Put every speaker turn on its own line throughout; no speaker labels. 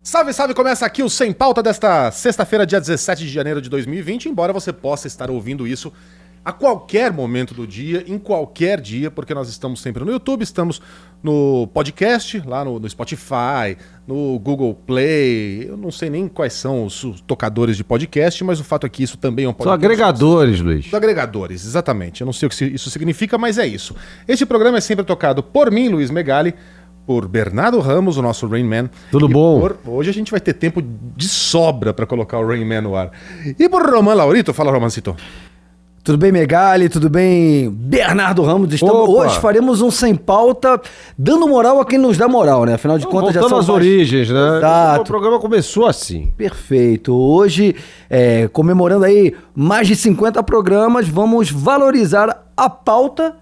Salve, salve! Começa aqui o Sem Pauta desta sexta-feira, dia 17 de janeiro de 2020. Embora você possa estar ouvindo isso a qualquer momento do dia, em qualquer dia, porque nós estamos sempre no YouTube, estamos no podcast, lá no, no Spotify, no Google Play. Eu não sei nem quais são os tocadores de podcast, mas o fato é que isso também é um
São
podcast.
agregadores, Luiz.
Dos agregadores, exatamente. Eu não sei o que isso significa, mas é isso. Este programa é sempre tocado por mim, Luiz Megali, por Bernardo Ramos, o nosso Rain Man.
Tudo
e
bom?
por- Hoje a gente vai ter tempo de sobra para colocar o Rain Man no ar. E por Roman Laurito, fala Romancito.
Tudo bem, Megali? Tudo bem, Bernardo Ramos? Estamos...
Opa!
Hoje faremos um sem pauta, dando moral a quem nos dá moral, né? Afinal de contas, já
Então, Voltando
são
às
bast-
origens, né?
Exato.
O programa começou assim.
Perfeito. Hoje, é, comemorando aí mais de 50 programas, vamos valorizar a pauta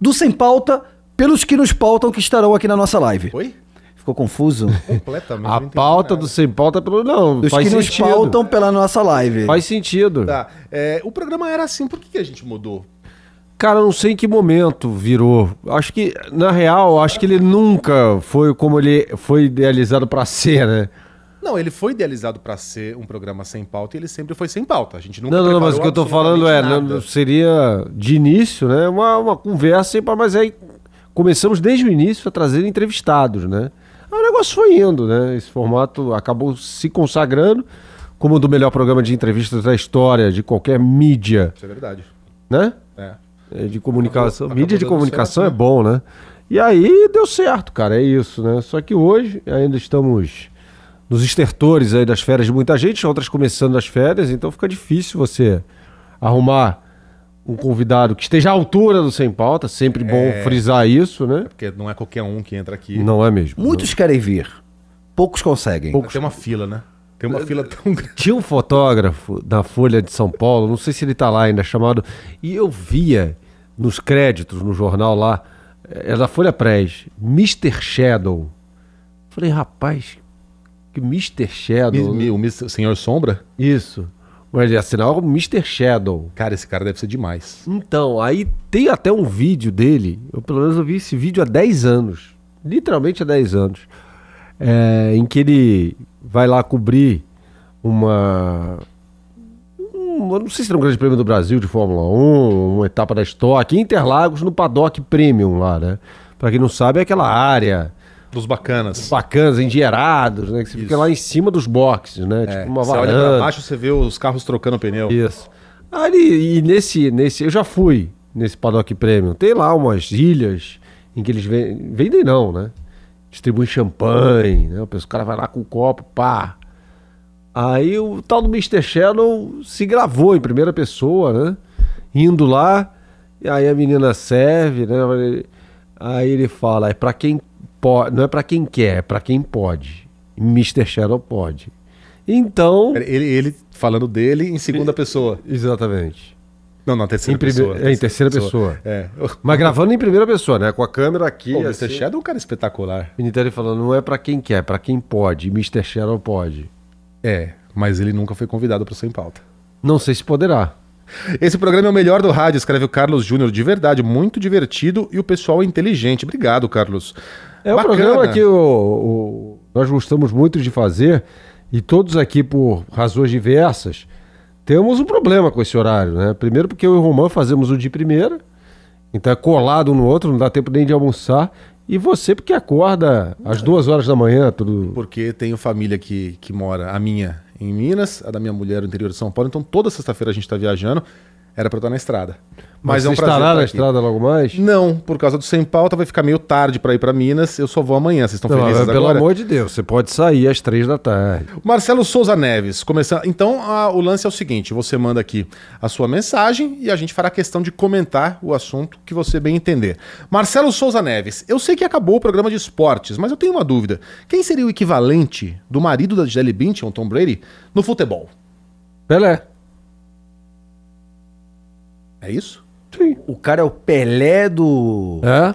do sem pauta pelos que nos pautam que estarão aqui na nossa live.
Oi?
Ficou confuso?
Completamente.
a pauta do sem pauta pelo não,
Dos
faz
que nos
sentido.
pautam pela nossa live.
Faz sentido.
Tá. É, o programa era assim, por que, que a gente mudou?
Cara, não sei em que momento virou. Acho que na real, acho que ele nunca foi como ele foi idealizado pra ser, né?
Não, ele foi idealizado para ser um programa sem pauta e ele sempre foi sem pauta. A gente nunca
Não, não, não, mas o que eu
preparou
tô falando é,
absolutamente
não-
nada.
seria de início, né? Uma, uma conversa, e pá, mas aí começamos desde o início a trazer entrevistados, né? Aí o negócio foi indo, né? Esse formato acabou se consagrando como um do melhor programa de entrevistas da história, de qualquer mídia,
Isso é verdade.
né?
É.
É, De
Acabou-
comunicação.
acabou
mídia de
dando
comunicação
certo,
é bom, né? E aí deu certo, cara, é isso, né? Só que hoje ainda estamos nos estertores aí das férias de muita gente, outras começando as férias, então fica difícil você arrumar um convidado que esteja à altura do Sem Pauta, sempre bom
É.
frisar isso, né?
Porque não é qualquer um que entra aqui.
Não é mesmo.
Muitos querem vir, poucos conseguem.
Poucos. Tem uma fila, né? Tem uma fila tão grande.
Tinha um fotógrafo da Folha de São Paulo, não sei se ele tá lá ainda, chamado. E eu via nos créditos, no jornal lá, é da Folha Press, Mr. Shadow. Falei, rapaz, que Mr. Shadow.
Mi- mi- O Mr. Senhor Sombra?
Isso. Mas ele assinava como Mr. Shadow.
Cara, esse cara deve ser demais.
Então, aí tem até um vídeo dele, eu pelo menos eu vi esse vídeo há 10 anos, literalmente há 10 anos, é, em que ele vai lá cobrir uma. um- eu não sei se era um grande prêmio do Brasil de Fórmula 1, uma etapa da Stock, em Interlagos no Paddock Premium lá, né? Pra quem não sabe, é aquela área
Dos bacanas.
bacanas, endinheirados, né? Que você fica
Isso. É,
lá em cima dos boxes, né? tipo uma
Você olha pra
varanda.
baixo, você vê os carros trocando pneu.
Isso. Ali, e nesse, nesse, eu já fui nesse Paddock Premium. Tem lá umas ilhas em que eles vendem, vendem não, né? Distribuem champanhe, né? O pessoal- o cara vai lá com o copo, pá. Aí o tal do Mr. Shadow se gravou em primeira pessoa, né? Indo lá, e aí a menina serve, né? Aí ele fala, é pra quem pode, não é pra quem quer, é pra quem pode. E Mr. Shadow pode. Então,
Ele, ele falando dele em segunda pessoa.
exatamente.
Não, não, terceira
Em prime-
pessoa.
é, em terceira pessoa.
É.
Mas gravando em primeira pessoa, né? Com a câmera aqui.
Pô, o
assim.
Mr. Shadow é um cara espetacular.
O Nintendo falando, não é pra quem quer, é pra quem pode. Mr. Shadow pode.
É, mas ele nunca foi convidado pro Sem Pauta.
Não sei se poderá.
Esse programa é o melhor do rádio, escreve o Carlos Júnior. De verdade, muito divertido e o pessoal é inteligente. Obrigado, Carlos.
É um
Bacana.
programa que o- o- nós gostamos muito de fazer e todos aqui, por razões diversas, temos um problema com esse horário, né? Primeiro porque eu e o Romão fazemos o de primeira, então é colado um no outro, não dá tempo nem de almoçar. E você porque acorda às duas horas da manhã, tudo...
Porque tenho família que, que mora, a minha em Minas, a da minha mulher no interior de São Paulo. Então toda sexta-feira a gente está viajando. Era pra eu estar na estrada. Mas, é um
você
prazer.
estará
estar
na
aqui.
estrada logo mais?
Não, por causa do Sem Pauta vai ficar meio tarde pra ir pra Minas. Eu só vou amanhã. Vocês estão
Não,
felizes
pelo
agora?
amor de Deus, você pode sair às três da tarde.
Marcelo Souza Neves, começando. Então, a- o lance é o seguinte: você manda aqui a sua mensagem e a gente fará questão de comentar o assunto que você bem entender. Marcelo Souza Neves, eu sei que acabou o programa de esportes, mas eu tenho uma dúvida. Quem seria o equivalente do marido da Gisele Bündchen, Tom Brady, no futebol?
Pelé.
É isso?
Sim.
O cara é o Pelé do.
É?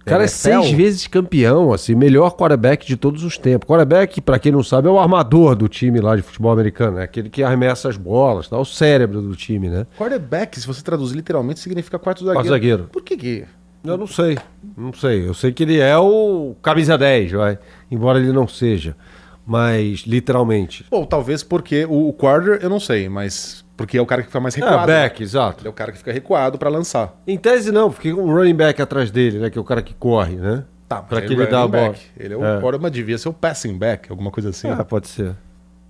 O cara é
NFL?
seis vezes campeão, assim, melhor quarterback de todos os tempos. Quarterback, pra quem não sabe, é o armador do time lá de futebol americano, né? Aquele que arremessa as bolas, tá? O cérebro do time, né?
Quarterback, se você traduzir literalmente, significa quarto zagueiro.
Quarto zagueiro.
Por que que?
Eu não sei, não sei. Eu sei que ele é o camisa 10, vai. Embora ele não seja. Mas, literalmente.
Bom, talvez porque o, o quarter, eu não sei, mas porque é o cara que fica mais recuado.
É, back, exato.
Ele é o cara que fica recuado pra lançar.
Em tese não, porque um running back atrás dele, né? Que é o cara que corre, né?
Tá, mas
pra
é
que ele
running
dá a bola.
back. Ele é o forma, devia ser o passing back, alguma coisa assim.
É, pode ser.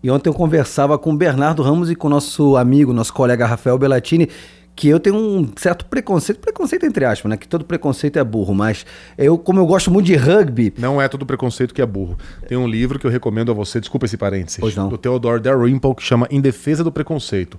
E ontem eu conversava com o Bernardo Ramos e com o nosso amigo, nosso colega Rafael Bellatini, que eu tenho um certo preconceito, preconceito entre aspas, né? Que todo preconceito é burro, mas eu, como eu gosto muito de rugby,
Não é todo preconceito que é burro. Tem um livro que eu recomendo a você, desculpa esse parênteses,
Pois não.
do Theodore Dalrymple, que chama Em Defesa do Preconceito.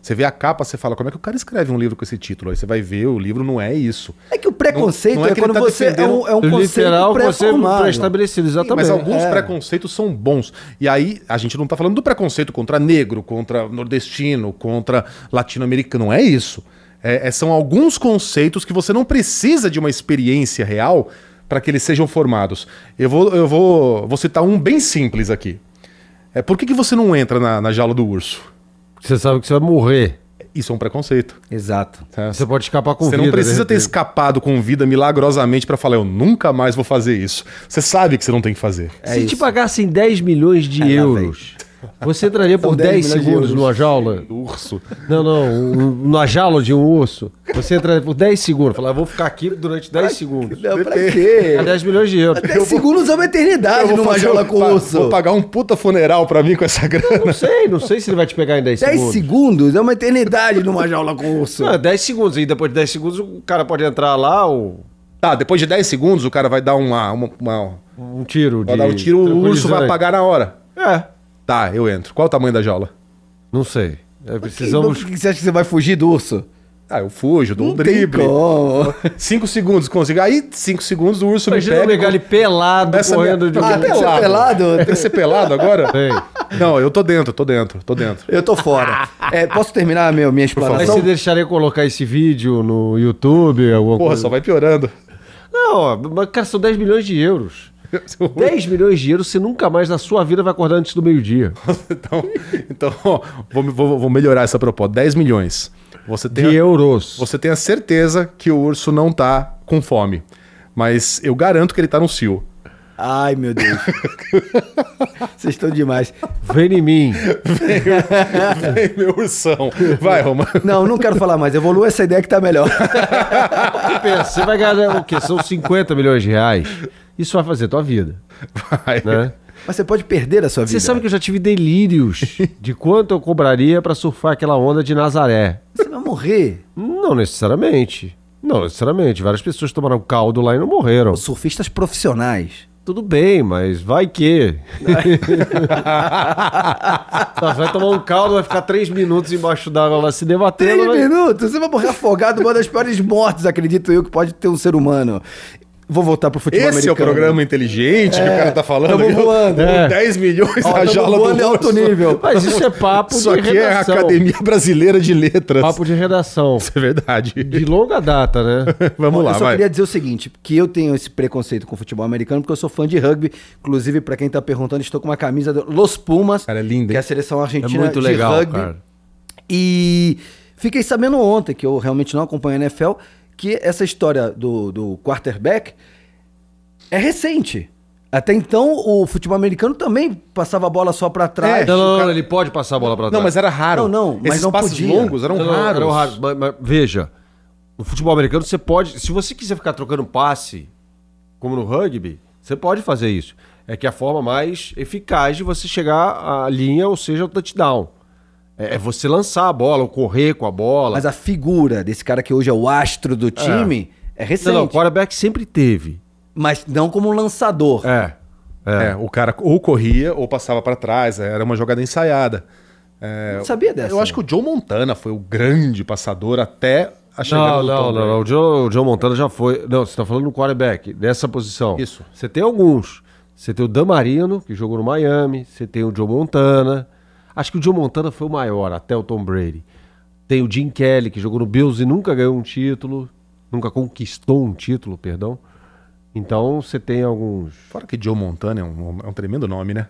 Você vê a capa, você fala, como é que o cara escreve um livro com esse título? Aí você vai ver, o livro não é isso.
é que o preconceito
Não- não é
é,
que ele
quando
tá
você é um,
defendendo-
é um
Literal,
conceito
conceito
pré-formado.
pré-estabelecido, exatamente.
Mas alguns
é.
preconceitos são bons. E aí, a gente não tá falando do preconceito contra negro, contra nordestino, contra latino-americano. Não é isso. É- é- são alguns conceitos que você não precisa de uma experiência real para que eles sejam formados. Eu vou, eu vou, vou citar um bem simples aqui. É, por que, que você não entra na, na jaula do urso?
Você sabe que você vai morrer.
Isso é um preconceito.
Exato.
tá?
É, Você pode escapar com
Você
vida.
não precisa
de
ter
repente.
escapado com vida milagrosamente para falar, eu nunca mais vou fazer isso. Você sabe que você não tem que fazer.
É
Se
isso.
te pagassem 10 milhões de
lá
euros, você entraria
São
por 10,
10 milhões de
segundos
euros.
numa jaula?
Urso.
Não, não, um- numa jaula de um urso. Você entraria por 10 segundos. Falar, eu vou ficar aqui durante 10 segundos.
Não, pra quê?
É 10 milhões de euros.
10 segundos é uma eternidade numa
fazer
jaula
um-
com
pa-
urso.
Vou pagar um puta funeral pra mim com essa grana.
Não sei, não sei se ele vai te pegar em 10
10
segundos.
segundos é uma eternidade numa jaula com urso.
Não,
Ah,
é 10 segundos. E depois de 10 segundos o cara pode entrar lá um, ou
Tá, depois de 10 segundos o cara vai dar uma. uma, uma-
um tiro.
vai
de
dar um tiro, o urso vai
tranquilizante.
apagar na hora.
É,
Tá, eu entro. Qual o tamanho da jaula?
não sei. É,
Precisamos...
precisamos.
Você acha que você vai fugir do urso?
Ah, eu fujo, dou um
Não tem
drible.
como.
5 segundos consigo. Aí, 5 segundos, o urso
Imagina um eu
me
pegar
pega.
ele pelado,
Essa
correndo de
minha... ah,
tem que
um.
ser
pelado.
pelado?
Tem que ser pelado agora?
Tem.
Não, eu tô dentro, tô dentro, tô dentro.
Eu tô fora. É, posso terminar meu, minha
favor.
Aí
explanação?
você deixaria colocar esse vídeo no YouTube, alguma
Porra,
coisa.
só vai piorando.
Não, ó, mas, cara, são 10 milhões de euros. 10 milhões de euros, você nunca mais na sua vida vai acordar antes do meio-dia.
Então, então ó, vou, vou- vou melhorar essa proposta. 10 milhões. Você tem
De euros.
Você tem a certeza que o urso não tá com fome. Mas eu garanto que ele tá no cio.
Ai, meu Deus. Vocês estão demais.
Vem em mim.
Vem, meu ursão. Vai, Roma.
Não, não quero falar mais. Evolua essa ideia que tá melhor.
Você pensa, você vai ganhar né, o quê? São 50 milhões de reais. Isso vai fazer tua vida,
Vai.
né?
Mas você pode perder a sua vida.
Você sabe que eu já tive delírios de quanto eu cobraria pra surfar aquela onda de Nazaré.
Você vai morrer.
Não necessariamente. Não necessariamente. Várias pessoas tomaram caldo lá e não morreram.
Surfistas profissionais.
Tudo bem, mas vai que. Tá, vai tomar um caldo, vai ficar três minutos embaixo d'água lá se
Três
debatendo. Vai...
minutos. Você vai morrer afogado. Uma das piores mortes, acredito eu, que pode ter um ser humano. Vou voltar pro futebol
Esse é o
Tipo americano. É,
programa inteligente que o cara tá falando.
tamo
viu?
voando.
É.
10 milhões
Ó,
na
tamo
jaula
voando em
do
alto
urso.
nível.
Mas isso é papo
Isso
de
aqui é a
redação.
Academia Brasileira de Letras.
Papo de redação.
Isso é verdade.
De longa data, né?
Vamos
Bom,
lá,
eu só
vai.
queria dizer o seguinte, que eu tenho esse preconceito com o futebol americano, porque eu sou fã de rugby. Inclusive, pra quem tá perguntando, estou com uma camisa do Los Pumas,
Cara, é lindo,
que é
hein?
a seleção
É
argentina
muito
de
legal,
rugby.
cara.
E fiquei sabendo ontem, que eu realmente não acompanho a NFL, que essa história do, do quarterback é recente. Até então, o futebol americano também passava a bola só pra trás.
É,
Não, não,
cara-
não, Então, ele pode passar a bola pra trás.
Não, mas era raro.
Não, não, mas
Esses
não
passes
podia.
longos eram
Não, não,
raros.
eram raros, mas- mas veja, no futebol americano você pode, se você quiser ficar trocando passe, como no rugby, você pode fazer isso. É que é a forma mais eficaz de você chegar à linha, ou seja, ao touchdown. É é você lançar a bola, ou correr com a bola.
Mas é a figura desse cara que hoje é o astro do time é, recente.
não, não, o quarterback sempre teve.
Mas não como um lançador.
É.
É. o cara ou corria ou passava pra trás. é, Era uma jogada ensaiada.
Eu não sabia dessa.
É. Eu acho que o Joe Montana foi o grande passador até a chegada
Não,
do Tom
não, não,
Brady.
não. O Joe, o Joe Montana já foi. Não, você tá falando no quarterback, dessa posição.
Isso.
Você tem alguns. Você tem o Dan Marino, que jogou no Miami. Você tem o Joe Montana. Acho que o Joe Montana foi o maior, até o Tom Brady. Tem o Jim Kelly, que jogou no Bills e nunca ganhou um título. Nunca conquistou um título, perdão. Então você tem alguns.
Fora que Joe Montana é um, é um tremendo nome, né?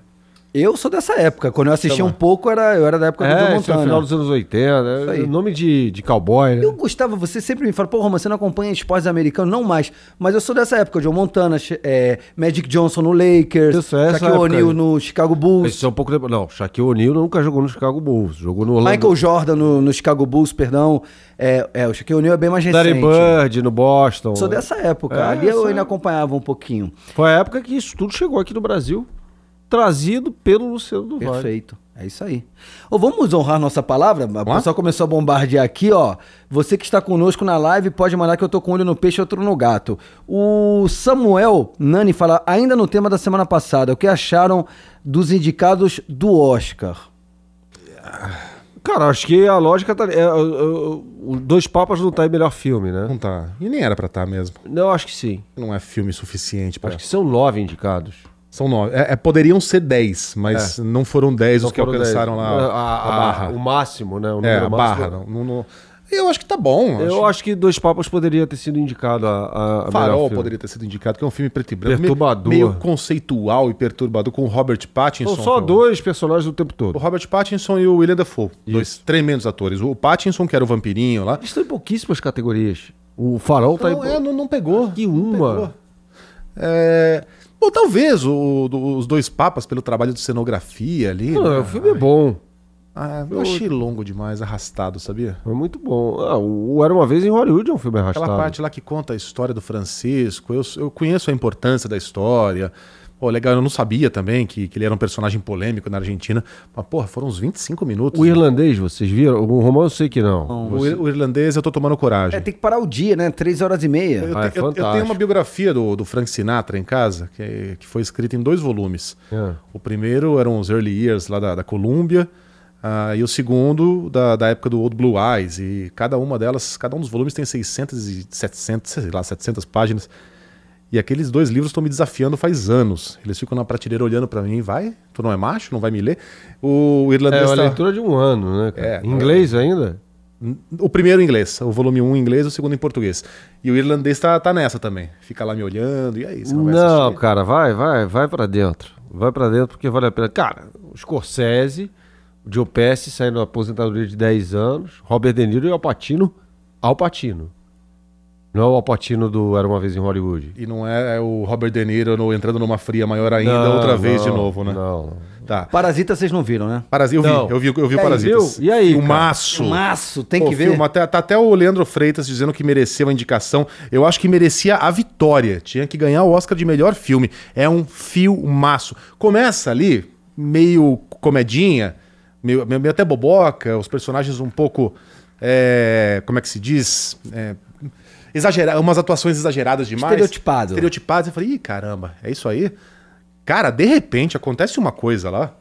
Eu sou dessa época. Quando eu assistia
Chama.
um pouco, era, eu era da época do Joe
Tá É, isso é
Montana.
no final dos anos 80.
Isso
é
aí.
o Nome de, de cowboy, né?
Eu gostava, você sempre me fala, pô, Roman, você não acompanha esportes americanos? Não mais. Mas eu sou dessa época, Joe Montana, Ch- é, Magic Johnson no Lakers,
Isso, essa
Shaquille
época
O'Neal
aí.
no Chicago Bulls,
Isso é um pouco depois. Não, Shaquille O'Neal nunca jogou no Chicago Bulls. Jogou no Orlando.
Michael Jordan no, no Chicago Bulls, perdão. É, é, o Shaquille O'Neal é bem mais
Larry
recente.
né?
Bird no Boston.
Sou
né?
dessa época.
É,
Ali eu
essa-
ainda acompanhava um pouquinho.
Foi a época que isso tudo chegou aqui no Brasil, trazido pelo Luciano do Vale.
Perfeito. É isso aí. Ô, vamos honrar nossa palavra? O
Ó.
pessoal começou a bombardear aqui, ó. Você que está conosco na live pode mandar que eu tô com um olho no peixe e outro no gato. O Samuel Nani fala, ainda no tema da semana passada, o que acharam dos indicados do Oscar?
Cara, acho que a lógica tá. É, é, é, o Dois Papas não tá em melhor filme, né?
Não tá. E nem era pra estar mesmo.
Não, acho que sim.
Não é filme suficiente pra.
Acho que são nove indicados.
São nove. É, é, poderiam ser dez, mas não foram dez os
É. Não
que
foram
alcançaram
dez. É,
lá a,
A- a-
barra.
O máximo, né? O
é,
número
a
máximo.
barra. Não, não- não- Eu acho que tá bom.
Eu acho que Dois Papas poderia ter sido indicado a, a, a melhor
Farol
filme.
poderia ter sido indicado, que é um filme preto e branco. meio-
Perturbador.
Meio, conceitual e perturbador, com o Robert Pattinson.
São só
que é o-
dois personagens o tempo
O
todo.
Robert Pattinson e o William Dafoe. Dois tremendos atores. O Pattinson, que era o vampirinho lá.
Estão em pouquíssimas categorias. O Farol tá
Não,
em...
é, não, não pegou.
Que uma.
pegou. É... Ou talvez o- do- os dois papas pelo trabalho de cenografia ali.
Não,
né?
o filme é bom.
Ah, eu achei longo demais, arrastado, sabia?
É muito bom. Ah, o Era Uma Vez em Hollywood é um filme arrastado.
Aquela parte lá que conta a história do Francisco, eu, eu conheço a importância da história. Pô, legal, eu não sabia também que, que ele era um personagem polêmico na Argentina. Mas, porra, foram uns 25 minutos.
O irlandês, vocês viram? O romano eu sei que não.
O ir- o irlandês, eu tô tomando coragem.
É, tem que parar o dia, né? Três horas e meia.
Eu,
Ah, é
te- eu- eu tenho
fantástico.
uma biografia do, do Frank Sinatra em casa, que, que foi escrita em dois volumes.
É.
O primeiro eram os Early Years lá da, da Colômbia, ah, e o segundo da, da época do Old Blue Eyes. E cada uma delas, cada um dos volumes tem 600 e 700, sei lá, 700 páginas. E aqueles dois livros estão me desafiando faz anos. Eles ficam na prateleira olhando pra mim, vai, tu não é macho, não vai me ler. O
É,
irlandês
uma
tá-
leitura de um ano, né? cara?
É, tá
Em inglês ainda?
o primeiro em inglês, o volume 1 um em inglês, o segundo em português. E o irlandês tá, tá nessa também. Fica lá me olhando, e aí, você não vai
Não,
assistir?
cara, vai, vai, vai pra dentro. Vai pra dentro porque vale a pena. Cara, o Scorsese, o Joe Pesci saindo da aposentadoria de 10 anos, Robert De Niro e o Alpatino, Alpatino. Não é o Alpatino do Era Uma Vez em Hollywood.
E não é o Robert De Niro no- entrando numa fria maior ainda,
Não,
outra vez
não,
de novo, né?
Não, não.
Tá.
Parasita vocês não viram, né?
Parasi... Eu, vi,
Não.
eu vi, eu vi
E
o
aí,
Parasitas.
viu? E aí,
O
cara?
maço.
Maço, tem que ver.
até, tá até o Leandro Freitas dizendo que mereceu a indicação. Eu acho que merecia a vitória. Tinha que ganhar o Oscar de melhor filme. É um filmaço. Começa ali, meio comedinha, meio, meio até boboca, os personagens um pouco. é, como é que se diz? É, exagera- umas atuações exageradas demais.
Estereotipado.
Estereotipado. Eu falei, ih, caramba, é isso aí? Cara, de repente acontece uma coisa lá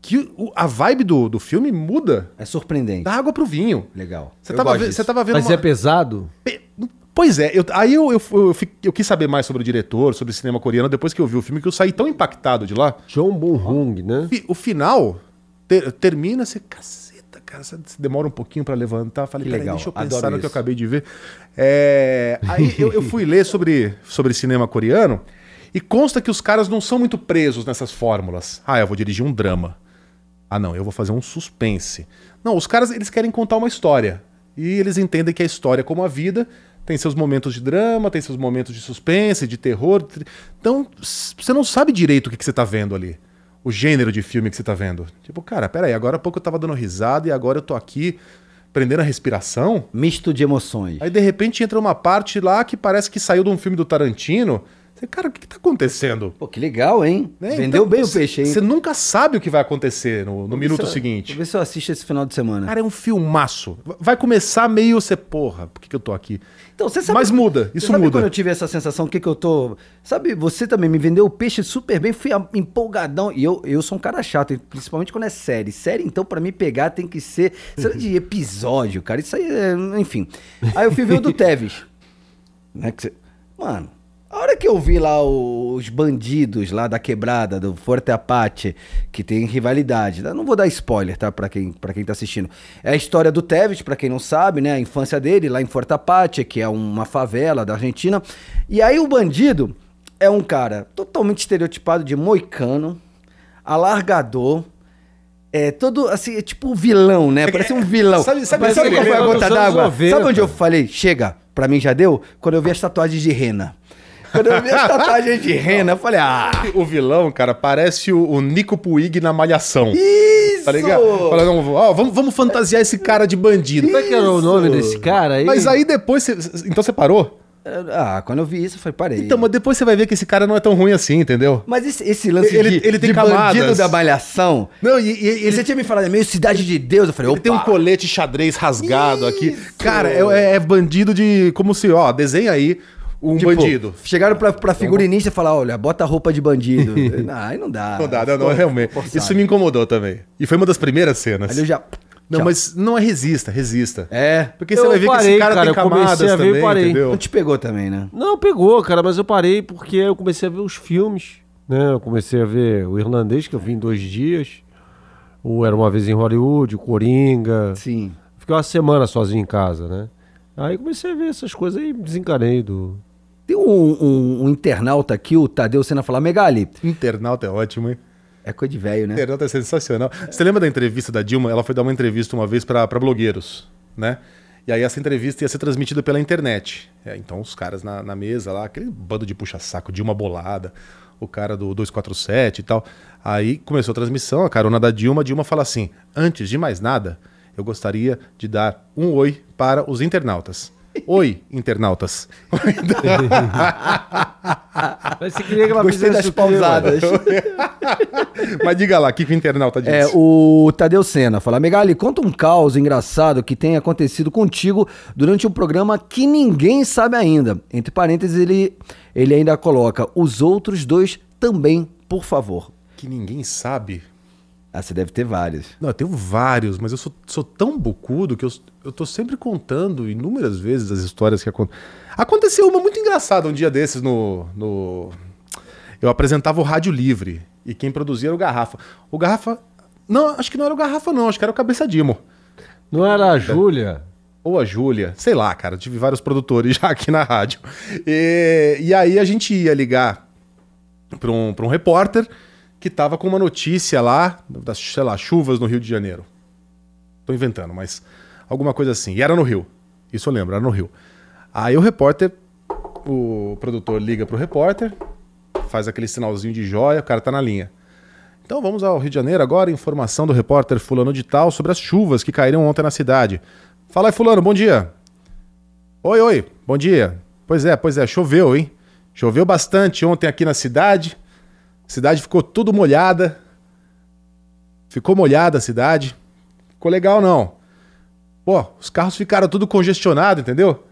que o- a vibe do, do filme muda
É surpreendente.
da água pro vinho.
Legal.
Você
Eu
tava,
gosto
ve-
disso.
você tava Tá vendo.
Mas
uma-
é pesado?
Pe- Pois é, eu- aí eu, eu, eu, fi- eu quis saber mais sobre o diretor, sobre o cinema coreano, depois que eu vi o filme, que eu saí tão impactado de lá.
John Boon-Hung, né?
Fi- O final ter- termina, você, caceta, cara, você demora um pouquinho pra levantar. Falei,
Que
peraí,
legal,
deixa eu
adoro
pensar no que
isso.
eu acabei de ver. É, aí eu, eu fui ler sobre, sobre cinema coreano e consta que os caras não são muito presos nessas fórmulas. Ah, eu vou dirigir um drama. Ah, não, eu vou fazer um suspense. Não, os caras, eles querem contar uma história. E eles entendem que a história, como a vida, tem seus momentos de drama, tem seus momentos de suspense, de terror. tri- Então, s- você não sabe direito o que, que você tá vendo ali. O gênero de filme que você tá vendo. Tipo, cara, peraí, agora há pouco eu tava dando risada e agora eu tô aqui prendendo a respiração.
Misto de emoções.
Aí, de repente, entra uma parte lá que parece que saiu de um filme do Tarantino. Você, cara, o que, que tá acontecendo?
Pô, que legal, hein?
Né?
Vendeu
Então,
bem o
c-
peixe, hein? é
Você nunca sabe o que vai acontecer no, no minuto
Vou ver se eu-
seguinte.
Vou ver se eu assisto esse final de semana.
Cara, é um filmaço. Vai começar meio você, porra, por que, que eu tô aqui?
Então, você sabe.
Mas muda,
você
isso
sabe
muda.
quando eu tive essa sensação, o que que eu tô. Sabe, você também me vendeu o peixe super bem, fui a- empolgadão. E eu, eu sou um cara chato, principalmente quando é série. Série, então, pra me pegar tem que ser. Série de episódio, cara. Isso aí é. Enfim. Aí eu fui ver o do Teves. Né, que cê- Mano, a hora que eu vi lá o- os bandidos lá da quebrada, do Forte Apache, que tem rivalidade, né? não vou dar spoiler, tá? Pra quem, pra quem tá assistindo. É a história do Tevez, pra quem não sabe, né? A infância dele lá em Forte Apache, que é uma favela da Argentina. E aí o bandido é um cara totalmente estereotipado de moicano, alargador. É todo assim, é tipo um vilão, né? Parece um vilão.
É Sabe- sabe
Mas sabe
aquele
qual foi a
vilão
gota
dos anos
d'água?
90?
Sabe onde eu falei? Chega, pra mim já deu? Quando eu vi as tatuagens de rena. Quando eu vi as tatuagens de rena,
Tá
eu falei, ah,
O vilão, cara, parece o, o Nico Puig na Malhação.
isso!
Tá ligado? Fala, não, ó, vamos, vamos fantasiar esse cara de bandido.
Como é que era o nome desse cara aí?
Mas aí depois você. Então você parou?
Ah, quando eu vi isso, eu falei, parei.
Então, mas depois você vai ver que esse cara não é tão ruim assim, entendeu?
Mas esse, esse lance
Ele-
de,
ele tem
de
camadas.
bandido da malhação.
Não, e, e-
E
ele,
você tinha me falado, é meio cidade de Deus. Eu falei,
ele
opa.
tem um colete xadrez rasgado aqui.
Isso!
Cara, é, é- é bandido de. Como se, ó, desenha aí um
Tipo,
bandido.
Chegaram pra, pra
um
figurinista e falaram, olha, bota a roupa de bandido. não, aí não dá.
Não dá, não, não, realmente.
forçado.
Isso me incomodou também. E foi uma das primeiras cenas.
Aí eu já...
Não,
tchau.
mas não é resista, resista.
É.
Porque você
Eu
vai ver que
parei,
esse cara,
cara, eu
tem camadas
comecei a ver e
também,
parei.
Não
entendeu?
te pegou também, né?
Não, pegou, cara, mas eu parei porque eu comecei a ver os filmes, né? Eu comecei a ver o irlandês, que eu vi em dois dias. O Era Uma Vez em Hollywood, o Coringa.
Sim.
Fiquei uma semana sozinho em casa, né? Aí comecei a ver essas coisas e desencanei do.
Tem um, um- um internauta aqui, o Tadeu Sena, falar, Megali,
Internauta é ótimo, hein?
é coisa de velho, né?
Internauta é sensacional. Você lembra da entrevista da Dilma? Ela foi dar uma entrevista uma vez pra pra blogueiros, né? E aí essa entrevista ia ser transmitida pela internet. É, então os caras na, na mesa lá, aquele bando de puxa-saco, Dilma bolada, o cara do 247 e tal. Aí começou a transmissão, a carona da Dilma. A Dilma fala assim: Antes de mais nada, eu gostaria de dar um oi para os internautas. Oi, internautas.
Ah, Mas você queria que ela
Gostei das
fizesse o quê, mano?
pausadas.
Mas diga lá, o que que o internauta disse?
É, o Tadeu Senna fala, Megali, conta um caos engraçado que tem acontecido contigo durante um programa que ninguém sabe ainda. Entre parênteses, ele, ele ainda coloca os outros dois também, por favor.
Que ninguém sabe.
Ah, você deve ter vários.
Não, eu tenho vários, mas eu sou, sou tão bocudo que eu, eu tô sempre contando inúmeras vezes as histórias que acontecem. Aconteceu uma muito engraçada um dia desses no, no. Eu apresentava o Rádio Livre e quem produzia era o Garrafa. O Garrafa. Não, acho que não era o Garrafa, não, acho que era o Cabeça Dimo.
Não era a Júlia?
Ou a Júlia, sei lá, cara, tive vários produtores já aqui na rádio. E, e aí a gente ia ligar para um, pra um repórter que tava com uma notícia lá, das, sei lá, chuvas no Rio de Janeiro. Tô inventando, mas alguma coisa assim. E era no Rio. Isso eu lembro, era no Rio. Aí o repórter, o produtor liga pro repórter, faz aquele sinalzinho de joia, o cara tá na linha. Então vamos ao Rio de Janeiro agora, informação do repórter Fulano de Tal sobre as chuvas que caíram ontem na cidade. Fala aí, Fulano, bom dia. Oi, oi, bom dia. Pois é, pois é, choveu, hein? Choveu bastante ontem aqui na cidade. A cidade ficou tudo molhada. Ficou molhada a cidade. Ficou legal, não. Pô, os carros ficaram tudo congestionado, entendeu?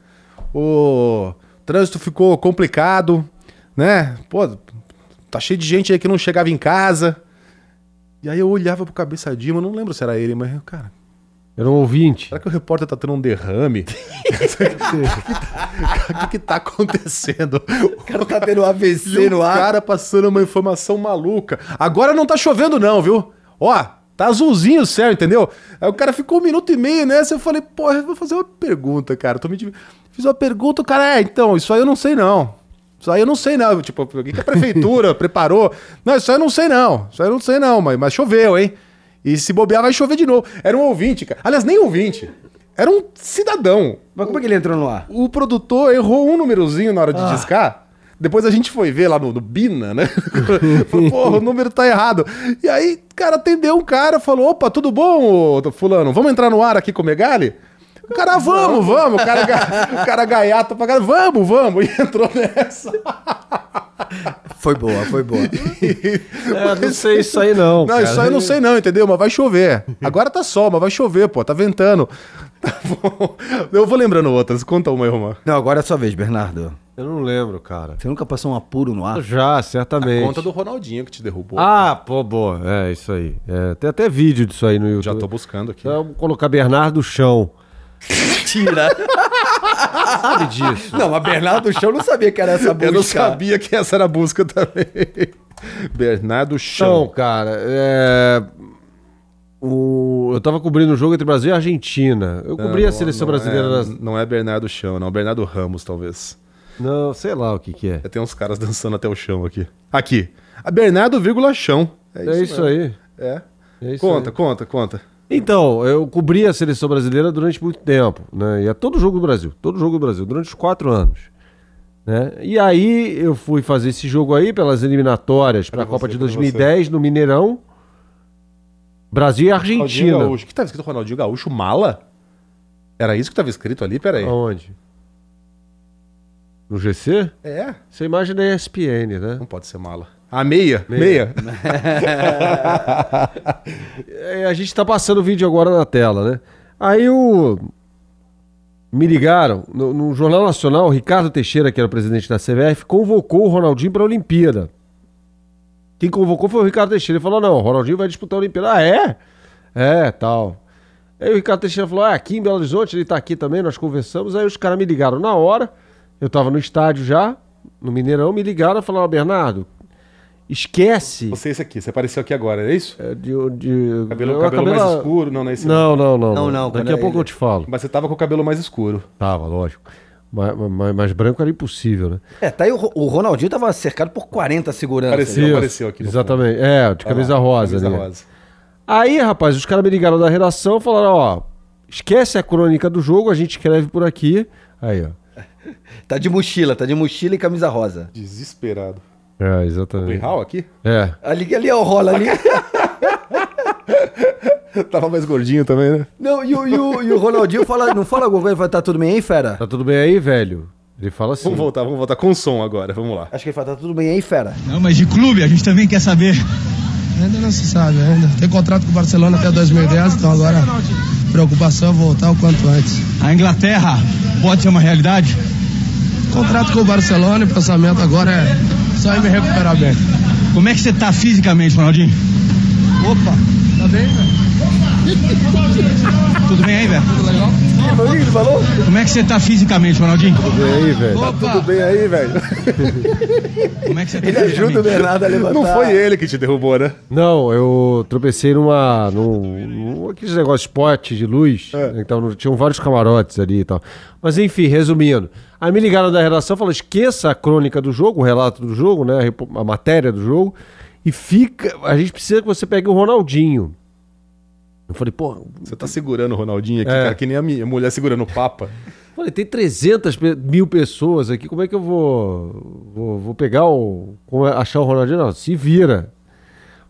O trânsito ficou complicado, né? Pô, tá cheio de gente aí que não chegava em casa. E aí eu olhava pro cabeça Dima, não lembro se era ele, mas, cara,
Era um ouvinte.
Será que o repórter tá tendo um derrame? O que, que tá acontecendo?
O cara tá tendo um AVC
E
no
o
ar.
cara passando uma informação maluca. Agora não tá chovendo, não, viu? Ó, tá azulzinho o céu, entendeu? Aí o cara ficou um minuto e meio nessa. Eu falei, porra, eu vou fazer uma pergunta, cara. Tô me div- Fiz uma pergunta, o cara, é, então, isso aí eu não sei, não. Isso aí eu não sei, não. Tipo, o que que a prefeitura preparou? Não, isso aí eu não sei, não. Isso aí eu não sei, não, mas, mas choveu, hein? E se bobear, vai chover de novo. Era um ouvinte, cara. Aliás, nem ouvinte. Era um cidadão.
Mas como é que ele entrou no ar?
O produtor errou um númerozinho na hora de discar. Depois a gente foi ver lá no, no Bina, né? Falou, porra, o número tá errado. E aí, cara, atendeu um cara, falou: opa, tudo bom, ô, Fulano? Vamos entrar no ar aqui com o Megali? O cara, "Ah, vamos, vamos. O cara, ga- o cara gaiato pra cara, vamos, vamos. E entrou nessa.
Foi boa, foi boa.
É, não sei isso aí não.
Não, isso aí eu não sei não, entendeu? Mas vai chover. Agora tá sol, mas vai chover, pô, tá ventando. Tá bom. Eu vou lembrando outras. Conta uma aí, Romã.
Não, agora é a sua vez, Bernardo.
Eu não lembro, cara.
Você nunca passou um apuro no ar?
Já, certamente.
Conta do Ronaldinho que te derrubou.
Ah, pô, boa. É, isso aí. É, tem até vídeo disso aí no YouTube.
Já tô buscando aqui.
Então, eu vou colocar Bernardo Chão.
Tira.
Sabe disso?
Não, mas Bernardo do Chão não sabia que era essa busca.
Ah, Eu não sabia que essa era a busca também. Bernardo
Então,
Chão.
cara, é... o... eu tava cobrindo o jogo entre Brasil e Argentina. Eu cobri a seleção
Não é-
brasileira. nas-
Não é Bernardo Chão, não. Bernardo Ramos, talvez.
Não, sei lá o que que é.
Já Tem uns caras dançando até o chão aqui. Aqui. A Bernardo, vírgula, Chão.
É isso, aí.
É.
É isso
conta,
aí.
conta, conta.
Então, eu cobri a seleção brasileira durante muito tempo, né? E a todo jogo do Brasil, todo jogo do Brasil, durante os quatro anos. Né? E aí eu fui fazer esse jogo aí pelas eliminatórias para a
Pra
Copa
você,
de
pra
2010 no Mineirão, Brasil e
Ronaldinho
Argentina.
Gaúcho. O que tava escrito Ronaldinho Gaúcho? Mala? Era isso que tava escrito ali? Peraí.
Aonde? No GC?
É?
Essa imagem da ESPN, né?
Não pode ser mala. A meia? Meia.
Meia. É, a gente tá passando o vídeo agora na tela, né? Aí o. Me ligaram, no, no Jornal Nacional, o Ricardo Teixeira, que era o presidente da CBF, convocou o Ronaldinho para a Olimpíada. Quem convocou foi o Ricardo Teixeira. Ele falou: não, o Ronaldinho vai disputar a Olimpíada. Ah, é? É, tal. Aí o Ricardo Teixeira falou: ah, aqui em Belo Horizonte, ele tá aqui também, nós conversamos. Aí os caras me ligaram na hora, eu tava no estádio já, no Mineirão, me ligaram e falaram: Bernardo, esquece.
Você é esse aqui, você apareceu aqui agora, é isso?
É, de- de-
Cabelo,
eu
cabelo
acabei
mais
lá-
escuro, não, não é esse.
Não, não, não.
Não, não, quando
Daqui a
é
pouco
ele-
eu te falo.
Mas você tava com o cabelo mais escuro.
Tava, lógico. Mas, mas- mas branco era impossível, né?
É, tá aí o, Ro- o Ronaldinho tava cercado por 40 seguranças.
Parecia. Ele apareceu aqui no
Exatamente. É,
Tá
de camisa
Ah,
rosa.
Camisa
ali. né?
rosa.
Aí, rapaz, os caras me ligaram da redação e falaram, ó, esquece a crônica do jogo, a gente escreve por aqui. Aí, ó.
Tá de mochila, tá de mochila e camisa rosa.
Desesperado.
É,
Foi
exatamente.
Hall aqui?
É.
Ali, ali é o rola ali.
tava mais gordinho também, né?
Não, e o, e o- e o Ronaldinho fala, não fala alguma coisa, ele fala, tá tudo bem aí, fera?
Tá tudo bem aí, velho? Ele fala assim.
Vamos voltar, vamos voltar com o som agora, vamos lá.
Acho que ele fala, tá tudo bem aí, fera?
Não, mas de clube a gente também quer saber.
Ainda não se sabe, ainda. Tem contrato com o Barcelona até 2010, então agora a preocupação é voltar o quanto antes.
A Inglaterra pode ser uma realidade?
Contrato com o Barcelona e o pensamento agora é só em me recuperar bem.
Como é que você tá fisicamente, Ronaldinho?
Opa, tá bem, velho?
Tudo bem aí, velho?
Ele falou?
Como é que você tá fisicamente, Ronaldinho?
Tudo bem aí, velho?
Tudo bem aí, velho?
Como é que você tá
Ele ajuda o
fisicamente?
Bernardo a levantar.
Não foi ele que te derrubou, né?
Não, eu tropecei numa. num, num- aqueles negócios spot de luz. né, Então, não- tinham vários camarotes ali e tal. Mas enfim, resumindo. Aí me ligaram da redação e falaram: esqueça a crônica do jogo, o relato do jogo, né? a repo- A matéria do jogo. E fica. A gente precisa que você pegue o Ronaldinho. Eu falei, pô,
Você tá segurando o Ronaldinho aqui,
É.
cara, que nem a minha mulher segurando o Papa.
Falei, tem 300 pe- mil pessoas aqui, como é que eu vou, vou, vou pegar o. como é- achar o Ronaldinho? Não, se vira.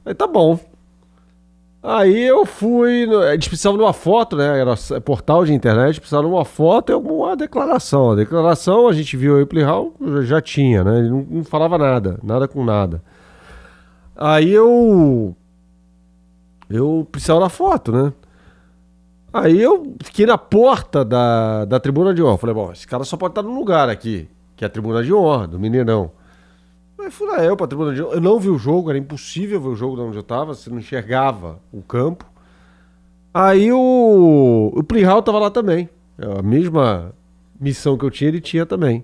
Falei, tá bom. Aí eu fui. no- Eles precisavam de uma foto, né? Era s- portal de internet, precisavam de uma foto e alguma declaração. A declaração a gente viu aí o Plihal, já tinha, né? Ele não, não falava nada, nada com nada. Aí eu. Eu precisava da foto, né? Aí eu fiquei na porta da, da tribuna de honra. Falei, bom, esse cara só pode estar num lugar aqui, que é a tribuna de honra, do Mineirão. Aí fui lá eu pra tribuna de honra. Eu não vi o jogo, era impossível ver o jogo de onde eu tava, você não enxergava o campo. Aí o, o Plihal tava lá também. É A mesma missão que eu tinha, ele tinha também.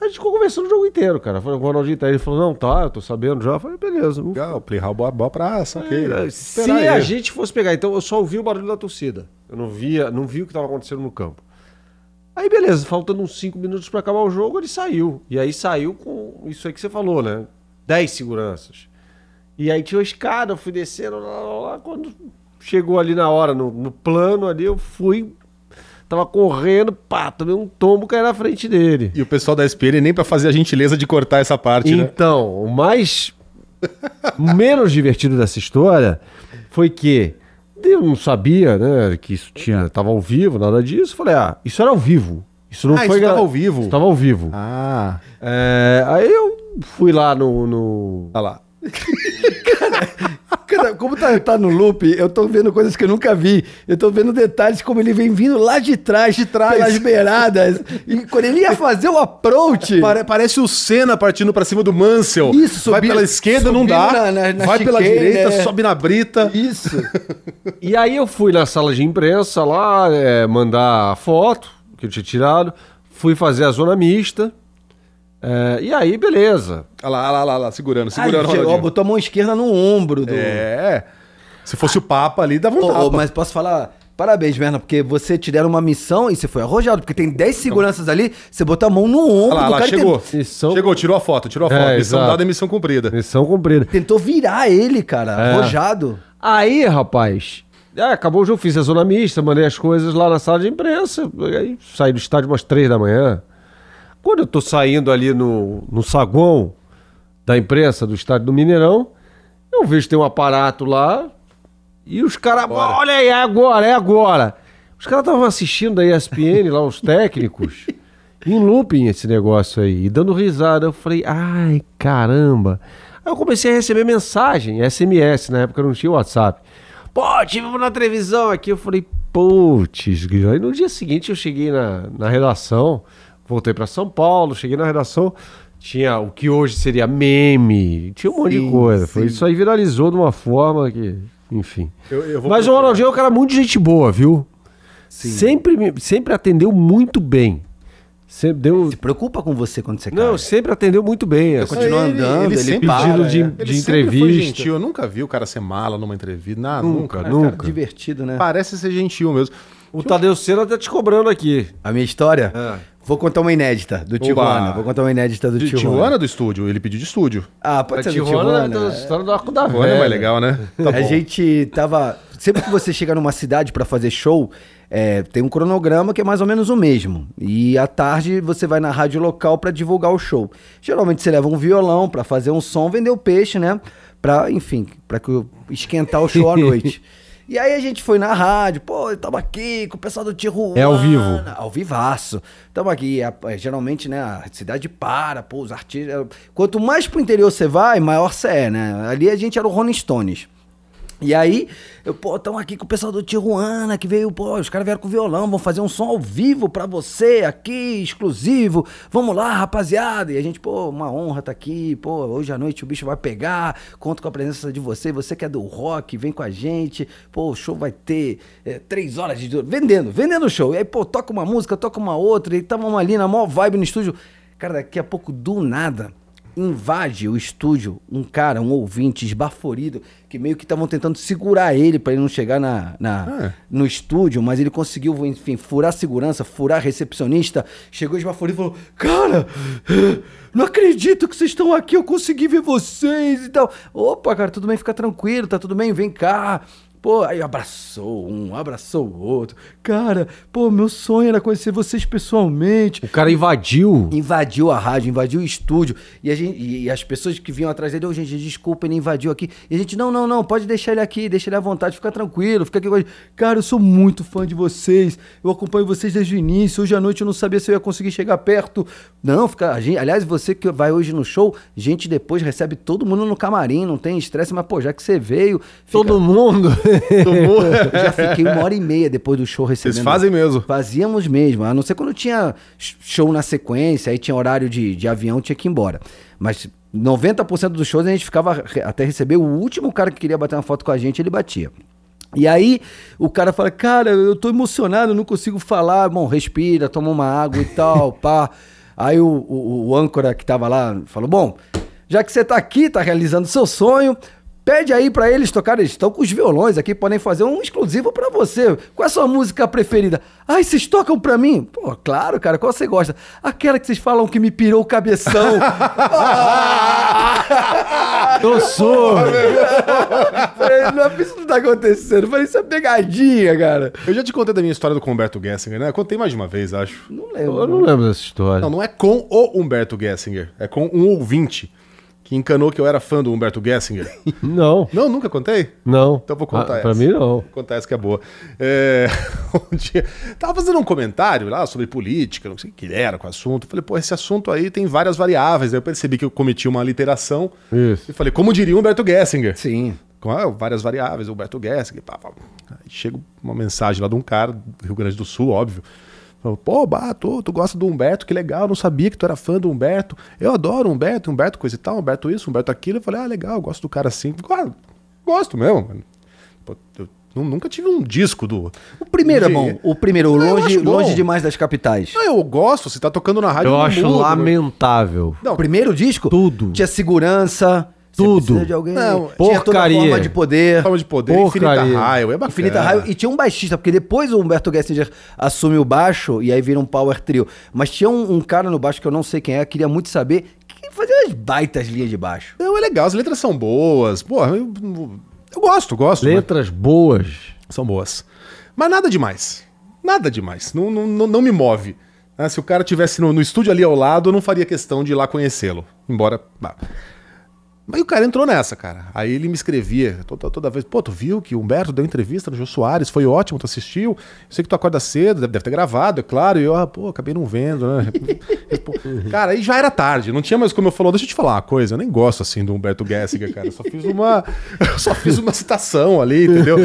A gente ficou conversando o jogo inteiro, cara. Falei, o Ronaldinho tá aí. Ele falou, não, tá, eu tô sabendo já. Eu falei, beleza. Vamos
Legal, Playhall, boa, boa praça, ok.
se
Espera né? aí.
a gente fosse pegar, então eu só ouvi o barulho da torcida. Eu não via, não vi o que estava acontecendo no campo. Aí beleza, faltando uns 5 minutos para acabar o jogo, ele saiu. E aí saiu com isso aí que você falou, né? 10 seguranças. E aí tinha uma escada, eu fui descendo, lá, lá, lá, quando chegou ali na hora, no, no plano ali, eu fui, tava correndo, pá, tomei um tombo, caí na frente dele.
E o pessoal da SPN nem pra fazer a gentileza de cortar essa parte, né?
Então, o mais menos divertido dessa história foi que eu não sabia, né, que isso tinha, tava ao vivo, nada disso. Falei, ah, isso era ao vivo. Isso não
Ah,
foi
isso
gra-
tava ao vivo.
Isso tava ao vivo.
Ah,
É, aí eu fui lá no, no-
olha Tá lá.
Cara, como tá, tá no loop, eu tô vendo coisas que eu nunca vi. Eu tô vendo detalhes como ele vem vindo lá de trás, de trás, pelas beiradas. E quando ele ia fazer o approach.
Pare- parece o Senna partindo pra cima do Mansell.
Isso, subi-
Vai pela esquerda, não
subindo
dá.
na- na- na
Vai pela
chicane,
direita,
né?
sobe na brita.
Isso.
E aí eu fui na sala de imprensa lá, é, mandar a foto que eu tinha tirado, fui fazer a zona mista. é, e aí, beleza.
Olha lá, olha lá, olha lá, segurando,
Aí
segurando.
chegou,
Ronaldinho.
botou a mão esquerda no ombro do.
É. Se fosse o Papa ali, dava um
Ô, ô,
tapa.
mas posso falar? Parabéns, Werner, porque você te deram uma missão e você foi arrojado, porque tem 10 seguranças ali, você botou a mão no ombro
Olha lá,
do
lá,
cara e ten-
chegou.
Missão-
Chegou, tirou a foto, tirou a
É,
foto. missão
exato.
dada, missão cumprida.
Missão cumprida.
tentou virar ele, cara,
É.
arrojado.
Aí, rapaz, é, acabou o jogo, fiz a zona mista, mandei as coisas lá na sala de imprensa, aí saí do estádio umas três da manhã. Quando eu tô saindo ali no, no saguão da imprensa do estádio do Mineirão, eu vejo que tem um aparato lá e os caras, olha aí, é agora, é agora. Os caras estavam assistindo da ESPN lá, os técnicos, em looping esse negócio aí, e dando risada. Eu falei, ai, caramba. Aí eu comecei a receber mensagem, SMS, na época não tinha WhatsApp. Pô, tive na televisão aqui. Eu falei, putz, grilo. aí no dia seguinte eu cheguei na, na redação, voltei pra São Paulo, cheguei na redação, tinha o que hoje seria meme, tinha um monte de
Sim,
coisa. Foi
sim.
isso aí viralizou de uma forma que, enfim.
Eu- eu vou
Mas o
procurar.
Ronaldinho é um cara muito gente boa, viu? Sempre, me- sempre atendeu muito bem. Sempre deu.
Se preocupa com você quando você cai.
Não, sempre atendeu muito bem. assim.
continuo andando, ele para,
Pedido de-
é.
de
sempre foi
entrevista.
gentil. Eu nunca vi o cara ser mala numa entrevista. Nada,
Nunca,
nunca.
Cara,
nunca.
cara, divertido, né?
Parece ser gentil mesmo.
O Tadeu Senna tá te cobrando aqui.
A minha história?
É.
Vou contar uma inédita do Tijuana. Vou contar uma inédita do
De
Tijuana.
Tijuana do estúdio, ele pediu de estúdio.
Ah,
Tá
pode ser do Tijuana.
né?
é a história do Arco da
Tijuana é
Velha.
mais legal, né? Tá
a gente tava. Sempre que você chega numa cidade pra fazer show, é, tem um cronograma que é mais ou menos o mesmo. E à tarde você vai na rádio local pra divulgar o show. Geralmente você leva um violão pra fazer um som, vender o peixe, né? Pra, enfim, pra que eu- esquentar o show à noite. E aí a gente foi na rádio, pô, eu tava aqui com o pessoal do Tijuana.
É ao vivo.
Ao vivaço. Tamo aqui. a- é, geralmente, né? A cidade para, pô, os artistas. é, Quanto mais pro interior você vai, maior você é, né? Ali a gente era o Rolling Stones. E aí, eu, pô, tamo aqui com o pessoal do Tijuana que veio, pô, os caras vieram com violão, vão fazer um som ao vivo pra você aqui, exclusivo. Vamos lá, rapaziada. E a gente, pô, uma honra tá aqui, pô, hoje à noite o bicho vai pegar, conto com a presença de você, você que é do rock, vem com a gente. Pô, o show vai ter é, três horas de dura- vendendo, vendendo o show. E aí, pô, toca uma música, toca uma outra, e tamo ali na maior vibe no estúdio. Cara, daqui a pouco, do nada, invade o estúdio um cara, um ouvinte esbaforido, que meio que estavam tentando segurar ele pra ele não chegar na, na-
Ah.
no estúdio, mas ele conseguiu, enfim, furar a segurança, furar a recepcionista, chegou esbaforido e falou, cara, não acredito que vocês estão aqui, eu consegui ver vocês e tal. Opa, cara, tudo bem, fica tranquilo, tá tudo bem, vem cá. Pô, aí abraçou um, abraçou o outro. Cara, pô, meu sonho era conhecer vocês pessoalmente
O cara invadiu.
invadiu a rádio, invadiu o estúdio. E, a gente, e e as pessoas que vinham atrás dele, ô gente, desculpa, ele invadiu aqui. E a gente, não, não, não, pode deixar ele aqui, deixa ele à vontade, fica tranquilo, fica aqui com a gente. Cara, eu sou muito fã de vocês, eu acompanho vocês desde o início. Hoje à noite eu não sabia se eu ia conseguir chegar perto. Não, fica. a gente- aliás, você que vai hoje no show, a gente depois recebe todo mundo no camarim, não tem estresse, mas pô, já que você veio. fica-
Todo mundo.
Tomou.
eu já fiquei uma hora e meia depois do show recebendo.
Vocês fazem mesmo.
Fazíamos mesmo. A não ser quando tinha sh- show na sequência, aí tinha horário de, de avião, tinha que ir embora. Mas 90% dos shows a gente ficava re- até receber o último cara que queria bater uma foto com a gente, ele batia. E aí o cara fala: Cara, eu tô emocionado, eu não consigo falar. Bom, respira, toma uma água e tal, pá. Aí o, o- o âncora que tava lá falou: Bom, já que você tá aqui, tá realizando seu sonho, Pede aí pra eles tocarem, eles estão com os violões aqui, podem fazer um exclusivo pra você. Qual é a sua música preferida? Ai, vocês tocam pra mim? Pô, claro, cara, qual você gosta? Aquela que vocês falam que me pirou o cabeção.
Eu sou.
Falei, não, isso não tá acontecendo. Falei, isso é pegadinha, cara.
Eu já te contei da minha história do com o Humberto Gessinger, né? Contei mais de uma vez, acho.
Não
Eu
lembro.
não lembro dessa história.
Não, não é com o Humberto Gessinger, é com um ouvinte que encanou que eu era fã do Humberto Gessinger.
Não,
Não, nunca contei?
não.
Então eu vou contar
Ah,
essa.
Pra mim, não.
Vou contar essa que é boa. É, um dia, tava fazendo um comentário lá sobre política, não sei o que era com o assunto. Falei, pô, esse assunto aí tem várias variáveis. Aí eu percebi que eu cometi uma literação.
Isso.
E falei, como diria o Humberto Gessinger?
Sim.
com ah, várias variáveis, Humberto Gessinger, pá, pá. Aí chega uma mensagem lá de um cara do Rio Grande do Sul, óbvio. Falou, pô, Bato, tu gosta do Humberto, que legal, não sabia que tu era fã do Humberto. Eu adoro o Humberto, Humberto coisa e tal, Humberto isso, Humberto aquilo. Eu falei, ah, legal, gosto do cara assim. Ah, gosto mesmo, mano. Pô, eu nu- nunca tive um disco do...
O primeiro é
de-
bom. O primeiro, o
Eu
longe,
acho bom.
longe demais das capitais.
Ah, eu gosto, se tá tocando na rádio...
Eu
não
acho
mudo, né?
lamentável.
O primeiro disco?
Tudo.
Tinha segurança,
Tudo.
precisa de alguém.
Não,
tinha toda
porcaria.
forma de poder.
Forma de poder,
Porcaria.
infinita raio, é bacana.
Infinita Raio. E tinha um baixista, porque depois o Humberto Gessinger assume o baixo e aí vira um power trio. Mas tinha um, um cara no baixo que eu não sei quem é, queria muito saber, que fazia umas baitas linhas de baixo.
Não, é legal, as letras são boas. Porra, eu, eu gosto, gosto. mas
Letras boas.
São boas. Mas nada demais. Nada demais. Não, não, não, não me move. Ah, se o cara tivesse no, no estúdio ali ao lado, eu não faria questão de ir lá conhecê-lo. Embora. bah. Mas o cara entrou nessa, cara. Aí ele me escrevia toda, toda vez. Pô, tu viu que o Humberto deu entrevista no Jô Soares? Foi ótimo, tu assistiu. Eu sei que tu acorda cedo, deve, deve ter gravado, é claro. E eu, ah, pô, acabei não vendo, né? Respo- cara, aí já era tarde. Não tinha mais como eu falar. Deixa eu te falar uma coisa. Eu nem gosto, assim, do Humberto Gessinger, cara. Eu só fiz uma... Eu só fiz uma citação ali, entendeu?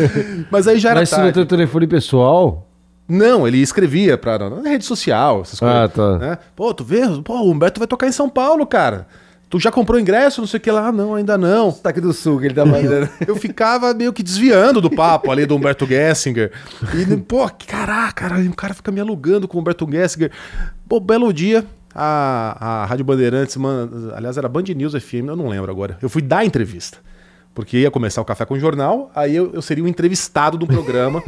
Mas aí já era
Mas se
tarde.
não tem o telefone pessoal,
Não, ele escrevia pra na rede social, essas coisas.
Ah, tá.
né? Pô, tu vê, pô, o Humberto vai tocar em São Paulo, cara. Tu já comprou ingresso, não sei o que lá. Ah, não, ainda não.
Sotaque Tá do Sul, que ele tava ainda.
Eu ficava meio que desviando do papo ali do Humberto Gessinger. E, pô, caraca, cara, o cara fica me alugando com o Humberto Gessinger. Pô, belo dia. A, a Rádio Bandeirantes, mano, aliás, era Band News FM, eu não lembro agora. Eu fui dar a entrevista. Porque ia começar o Café com o Jornal, aí eu, eu seria um entrevistado de um programa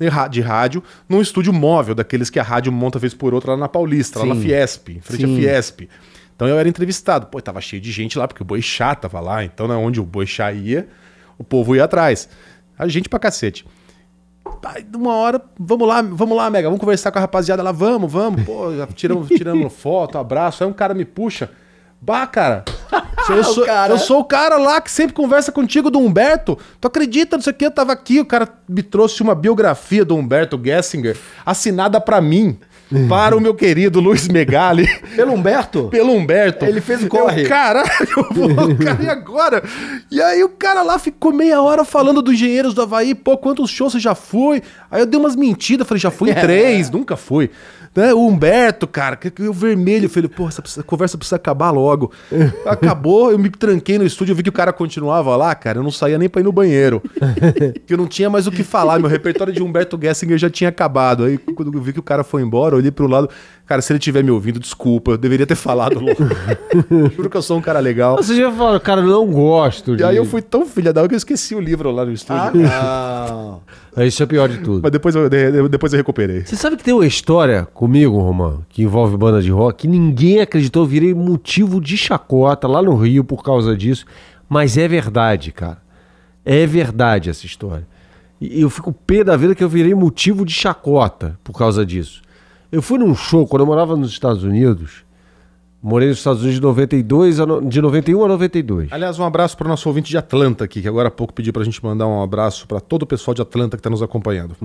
de ra- de rádio num estúdio móvel, daqueles que a rádio monta vez por outra lá na Paulista, lá na
Sim.
Fiesp, em frente à
Sim.
Fiesp. Então eu era entrevistado. Pô, tava cheio de gente lá, porque o Boixá tava lá. Então, né, onde o Boixá ia, o povo ia atrás. A gente pra cacete. Aí, de uma hora, vamos lá, vamos lá, Mega, vamos conversar com a rapaziada lá, vamos, vamos. Pô, já tiramos, tiramos foto, abraço. Aí um cara me puxa. Bah, cara, se eu, sou,
cara.
eu sou o cara lá que sempre conversa contigo do Humberto. Tu acredita, não sei o que, eu tava aqui, o cara me trouxe uma biografia do Humberto Gessinger assinada pra mim, para o meu querido Luiz Megali
Pelo Humberto?
pelo Humberto.
Ele fez o
Eu,
corre.
Caralho, eu vou, cara, e agora? E aí o cara lá ficou meia hora falando dos engenheiros do Havaí, pô, quantos shows você já foi? Aí eu dei umas mentiras, falei, já fui em três, nunca fui. Né? O Humberto, cara, que, que o vermelho, eu falei, pô, essa precisa- conversa precisa acabar logo. Acabou, eu me tranquei no estúdio, eu vi que o cara continuava lá, cara, eu não saía nem pra ir no banheiro. que eu não tinha mais o que falar, meu repertório de Humberto Gessinger já tinha acabado. Aí quando eu vi que o cara foi embora, eu olhei pro lado, cara, se ele estiver me ouvindo, desculpa, eu deveria ter falado logo. Juro que eu sou um cara legal.
você já fala, cara, não gosto.
E aí eu fui tão filha da hora que eu esqueci o livro lá no
Ah,
estúdio.
não.
Isso é pior de tudo.
Mas depois eu, de- depois eu recuperei.
Você sabe que tem uma história comigo, Romão, que envolve banda de rock, que ninguém acreditou, eu virei motivo de chacota lá no Rio por causa disso. Mas é verdade, cara. É verdade essa história. E eu fico pé da vida que eu virei motivo de chacota por causa disso. Eu fui num show, quando eu morava nos Estados Unidos, morei nos Estados Unidos de 92 a no- de 91 a 92.
Aliás, um abraço pro nosso ouvinte de Atlanta aqui, que agora há pouco pediu pra gente mandar um abraço pra todo o pessoal de Atlanta que tá nos acompanhando.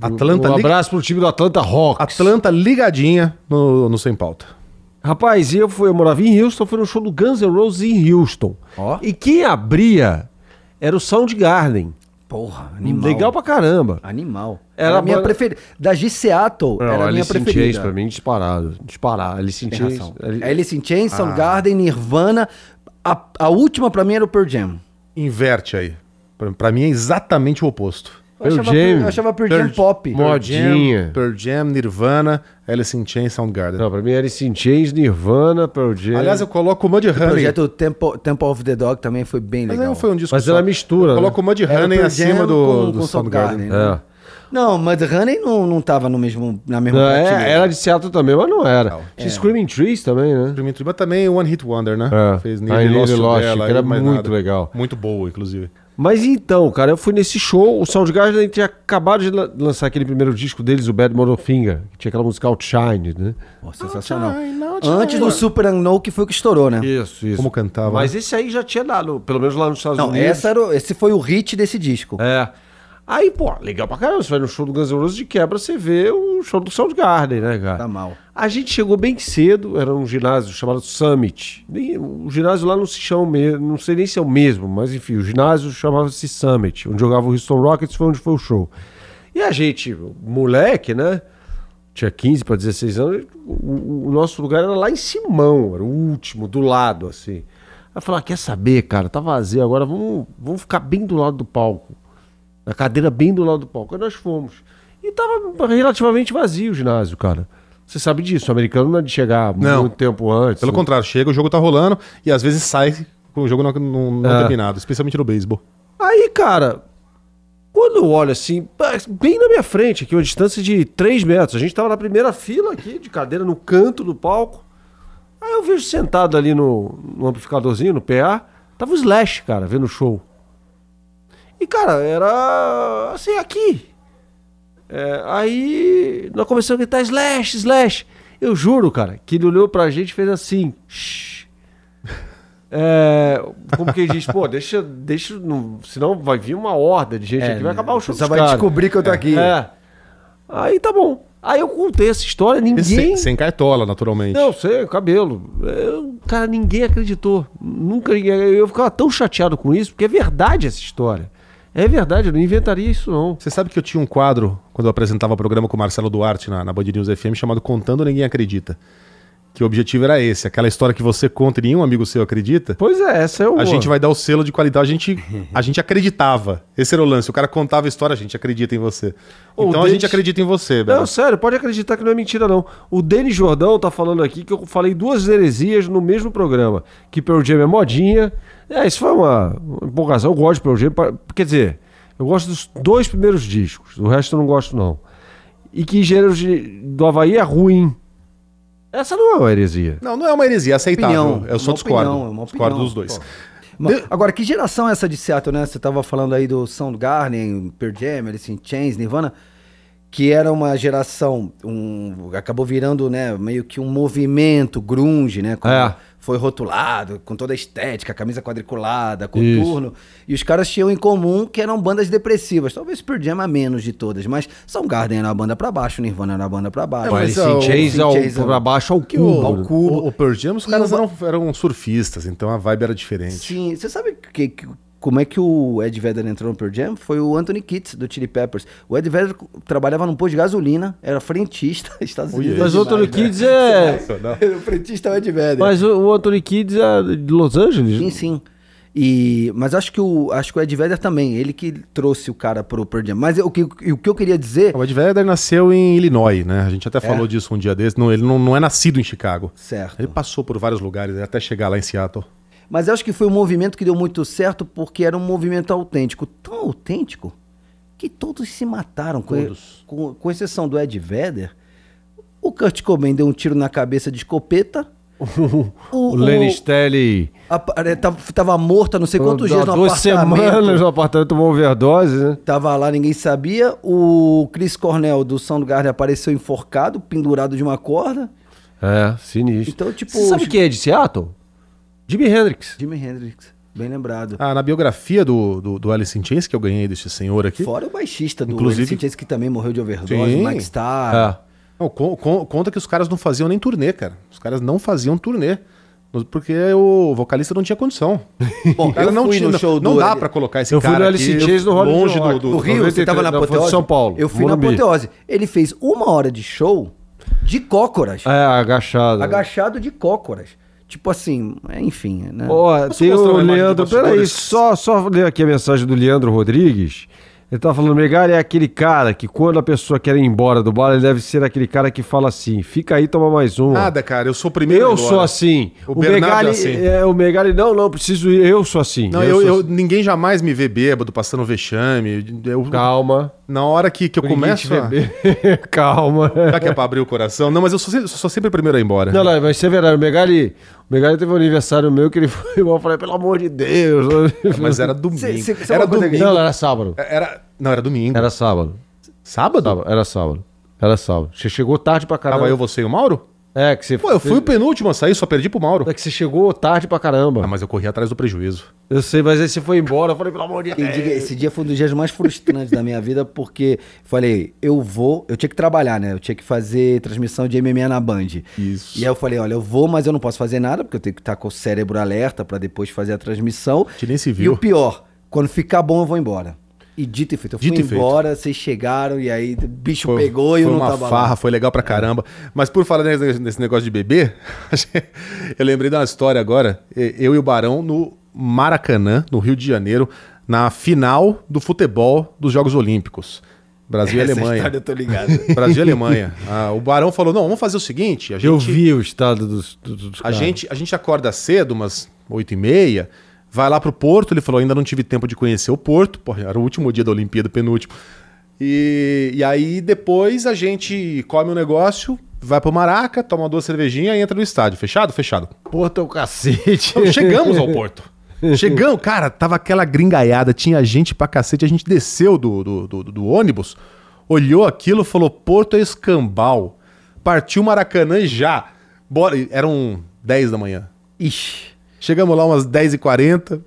Atlanta
um
liga-
abraço pro time do Atlanta Rock.
Atlanta ligadinha no, no Sem Pauta.
Rapaz, eu, fui, eu morava em Houston, fui no show do Guns N' Roses em Houston.
Ó.
E quem abria era o Soundgarden.
Porra, animal.
Legal pra caramba.
Animal.
Era
Era, a minha
banda-
preferida. Da G Seattle,
Não,
era a minha
Alice in Chains pra
preferida.
mim disparado. Disparado. Alice Ah. in
Tem
Chains.
razão. É.
Ali-
Alice in Chains, Soundgarden, Nirvana. A, a última pra mim era o Pearl Jam.
Inverte aí. Pra, pra mim é exatamente o oposto.
Eu
Pearl
achava,
Jam.
Pearl- eu achava Pearl Jam pop.
Modinha.
Pearl Jam, Nirvana, Alice in Chains, Soundgarden.
Não, pra mim Alice in Chains, Nirvana, Pearl Jam. É.
Aliás, eu coloco o Mud
O
Honey.
projeto Temple, Temple of the Dog também foi bem
Mas aí
legal.
não foi um disco
Mas ela mistura, né?
Coloca o Mud
Era
Honey
Pearl
acima
Jam
do,
com-
do
com
Soundgarden.
Soundgarden.
É.
Não, mas Honey não, não tava no mesmo, na mesma
Não, é,
prateleira.
era de Seattle também, mas não era.
É.
Tinha Screaming Trees também, né?
Primeiro, Mas também One Hit Wonder, né?
É.
Fez
I
Nearly
Nearly
Lost, You
Lost You,
dela e
que era
mais
muito
nada.
legal.
Muito boa, inclusive.
Mas então, cara, eu fui nesse show, o Soundgarden tinha acabado de la- lançar aquele primeiro disco deles, o Bad Monofinger, que tinha aquela música Outshine, né?
Pô, sensacional.
não, não,
Antes
não.
do Super Unknown, que foi o que estourou, né?
Isso, isso.
Como cantava,
Mas esse aí já tinha dado, pelo menos lá nos Estados
Não,
Unidos.
essa era o- esse foi o hit desse disco.
É. Aí, pô, legal pra caramba. Você vai no show do Guns N' Roses de quebra, você vê o show do Soundgarden, né, cara?
Tá mal.
A gente chegou bem cedo, era um ginásio chamado Summit. Nem- O ginásio lá não se chama mesmo, não sei nem se é o mesmo, mas enfim, o ginásio chamava-se Summit, onde jogava o Houston Rockets, foi onde foi o show. E a gente, moleque, né? Tinha 15 para 16 anos, o, o nosso lugar era lá em Simão, era o último, do lado, assim. Aí falar, quer saber, cara, tá vazio agora, vamos, vamos ficar bem do lado do palco. Na cadeira bem do lado do palco. Aí nós fomos. E tava relativamente vazio o ginásio, cara. Você sabe disso, o americano não é de chegar
Não.
muito tempo antes.
Pelo contrário, chega, o jogo tá rolando e às vezes sai por um jogo não, não- não
Ah.
É.
terminado, especialmente no beisebol.
Aí, cara, quando eu olho assim, bem na minha frente, aqui, uma distância de 3 metros, a gente tava na primeira fila aqui, de cadeira, no canto do palco. Aí eu vejo sentado ali no, no amplificadorzinho, no PA, tava o Slash, cara, vendo o show. E, cara, era assim, aqui. É, aí nós começamos a gritar Slash, Slash. Eu juro, cara, que ele olhou pra gente e fez assim. "Shh." É, como que ele diz? Pô, deixa, deixa, não- senão vai vir uma horda de gente aqui, vai acabar o show
Você
dos
É, vai
caras."
descobrir que eu tô aqui.
É. Aí tá bom. Aí eu contei essa história, ninguém.
Sem, sem cartola, naturalmente.
Não, sei, o cabelo. Eu- cara, ninguém acreditou. Nunca ninguém. Eu ficava tão chateado com isso, porque é verdade essa história. É verdade, eu não inventaria isso, não.
Você sabe que eu tinha um quadro, quando eu apresentava o programa com o Marcelo Duarte na, na Band News FM, chamado Contando Ninguém Acredita. Que o objetivo era esse, aquela história que você conta e nenhum amigo seu acredita.
Pois é, essa é o.
A gente vai dar o selo de qualidade, a gente, a gente acreditava. Esse era o lance. O cara contava a história, a gente acredita em você.
Ou
então a
deles-
gente acredita em você, Bela.
Não, sério, pode acreditar que não é mentira, não. O Denis Jordão tá falando aqui que eu falei duas heresias no mesmo programa. Que Pearl Jam é modinha. É, isso foi uma uma empolgação. Eu gosto de Pearl Jam. pa- Quer dizer, eu gosto dos dois primeiros discos. O resto eu não gosto, não. E que Engenheiros de- do Havaí é ruim. Essa não é uma heresia.
Não, não é uma heresia, é aceitável.
Opinião,
eu só
uma
discordo.
opinião, é uma
discordo
opinião,
dos dois.
pô. Ma- Agora, que geração é essa de Seattle, né? Você tava falando aí do Soundgarden, Pearl Jam, Alice in Chains, Nirvana, que era uma geração, um, acabou virando, né, meio que um movimento grunge, né? Como
É.
Foi rotulado, com toda a estética, camisa quadriculada, coturno. E os caras tinham em comum que eram bandas depressivas. Talvez Pearl Jam a menos de todas, mas Soundgarden era uma banda pra baixo, Nirvana era uma banda pra baixo.
mas
Alice
é o-
in Chains é o-
Chains é o-
pra baixo ao
o,
cubo.
o,
né?
o, o Pearl Jam, os
E
caras
o-
eram, eram surfistas, então a vibe era diferente.
Sim, você sabe que, que- como é que o Ed Vedder entrou no Pearl Jam? Foi o Anthony Kitts, do Chili Peppers. O Ed Vedder co- trabalhava num posto de gasolina, era frentista, Estados
Olha
Unidos.
aí.
Mas
é
o Anthony
demais,
Kids é.
Sensacional.
né? O frentista é o Ed Vedder.
Mas o o Anthony Kids é de Los Angeles?
Sim, sim. E, mas acho que, o, acho que o Ed Vedder também, ele que trouxe o cara pro Pearl Jam. Mas o que, o que eu queria dizer...
O Ed Vedder nasceu em Illinois, né? A
É.
gente até falou disso um dia desse. Não, ele não, não é nascido em Chicago.
Certo.
Ele passou por vários lugares né, até chegar lá em Seattle.
Mas eu acho que foi um movimento que deu muito certo porque era um movimento autêntico. Tão autêntico que todos se mataram. com-
Todos.
Com, com exceção do Ed Vedder, o Kurt Cobain deu um tiro na cabeça de escopeta.
O Lenny Stelly.
Estava é, tava morto há não sei quantos dias no
Duas
apartamento.
semanas no apartamento tomou overdose, né?
Tava lá, ninguém sabia. O Chris Cornell do Soundgarden apareceu enforcado, pendurado de uma corda.
É, sinistro.
Então, tipo,
Você sabe quem é de Seattle? Jimi Hendrix.
Jimi Hendrix, bem lembrado.
Ah, na biografia do, do, do Alice in Chains, que eu ganhei deste senhor aqui,
Fora o baixista do
Inclusive-
Inclusive... que também morreu de overdose,
Sim.
Mike Starr.
É.
não, con- con- conta que os caras não faziam nem turnê, cara. Os caras não faziam turnê. Porque o vocalista não tinha condição.
Bom,
O cara
eu
não
fui
tinha,
no
não-
show
não
do
dá
Alice-
pra colocar esse
Eu fui
cara
no Alice in
aqui
Chains no Hollywood
longe
Rock.
do, do,
No
do
Rio,
93,
você tava na
não, foi de
apoteose?
São Paulo,
Eu fui
Morumbi.
na apoteose. Ele fez uma hora de show de cócoras.
É, agachado.
Agachado de cócoras. Tipo assim, é, enfim, né?
Ó,
Posso
tem
mostrar
o
uma imagem de
Leandro. Peraí,
bastidores?
só, só ler aqui a mensagem do Leandro Rodrigues. Ele tá falando, Megali é aquele cara que quando a pessoa quer ir embora do bar, ele deve ser aquele cara que fala assim: fica aí, toma mais uma.
Nada, cara. Eu sou o primeiro.
eu
agora.
sou assim.
O, Bernardo
Megali,
é assim.
é, o Megali, não, não, preciso ir. Eu sou assim.
Não, eu,
sou
eu-
assim.
ninguém jamais me vê bêbado, passando vexame. Eu,
Calma.
na hora que, que eu começo. a-
Ninguém te vê bem. Calma.
Já que é pra abrir o coração. Não, mas eu sou, sempre- sou sempre o primeiro a ir embora.
Não, não, mas isso é verdade. O Megali, o Megali teve um aniversário meu que ele foi embora. Eu falei, pelo amor de Deus.
Mas era domingo.
Cê- cê- cê é
era
uma coisa que-
domingo.
Não, era sábado.
Era... Não, era domingo.
Era sábado.
sábado?
Sábado, Era sábado. Era sábado. Você chegou tarde pra caramba.
Tava eu, você e o Mauro?
É, que você
Pô, eu fui o penúltimo a sair, só perdi pro Mauro.
É que você chegou tarde pra caramba.
Ah, mas eu corri atrás do prejuízo.
Eu sei, mas aí você foi embora. Eu falei, pelo amor de
Quem
É.
Deus.
diga, Esse dia foi um dos dias mais frustrantes da minha vida, porque falei, eu vou, eu tinha que trabalhar, né? Eu tinha que fazer transmissão de MMA na Band.
Isso.
E aí eu falei, olha, eu vou, mas eu não posso fazer nada, porque eu tenho que estar com o cérebro alerta pra depois fazer a transmissão.
gente nem se
E
viu.
o pior, quando ficar bom, eu vou embora. E dito e feito, eu
Dito
fui
e feito.
embora, vocês chegaram, e aí o bicho
Foi-
pegou e eu
foi
não
uma
tava lá.
farra, foi legal pra caramba. Mas por falar nesse, nesse negócio de bebê, eu lembrei de uma história agora. E- Eu e o Barão no Maracanã, no Rio de Janeiro, na final do futebol dos Jogos Olímpicos. Brasil e
Essa
Alemanha.
história eu tô ligado.
Brasil e Alemanha. Ah, o Barão falou: não, vamos fazer o seguinte. A gente,
Eu vi o estado dos, dos, dos
A,
caras.
gente, a gente acorda cedo, umas 8 e meia, Vai lá pro Porto, ele falou, ainda não tive tempo de conhecer o Porto, porra, era o último dia da Olimpíada, penúltimo. E, e aí depois a gente come um negócio, vai pro Maraca, toma duas cervejinhas e entra no estádio. Fechado? Fechado.
Porto é o cacete.
Então, chegamos ao Porto. Chegamos, cara, tava aquela gringaiada, tinha gente pra cacete, a gente desceu do, do, do- do ônibus, olhou aquilo, falou, Porto é escambau, partiu Maracanã já. Bora, e eram 10 da manhã.
Ixi.
Chegamos lá umas 10h40,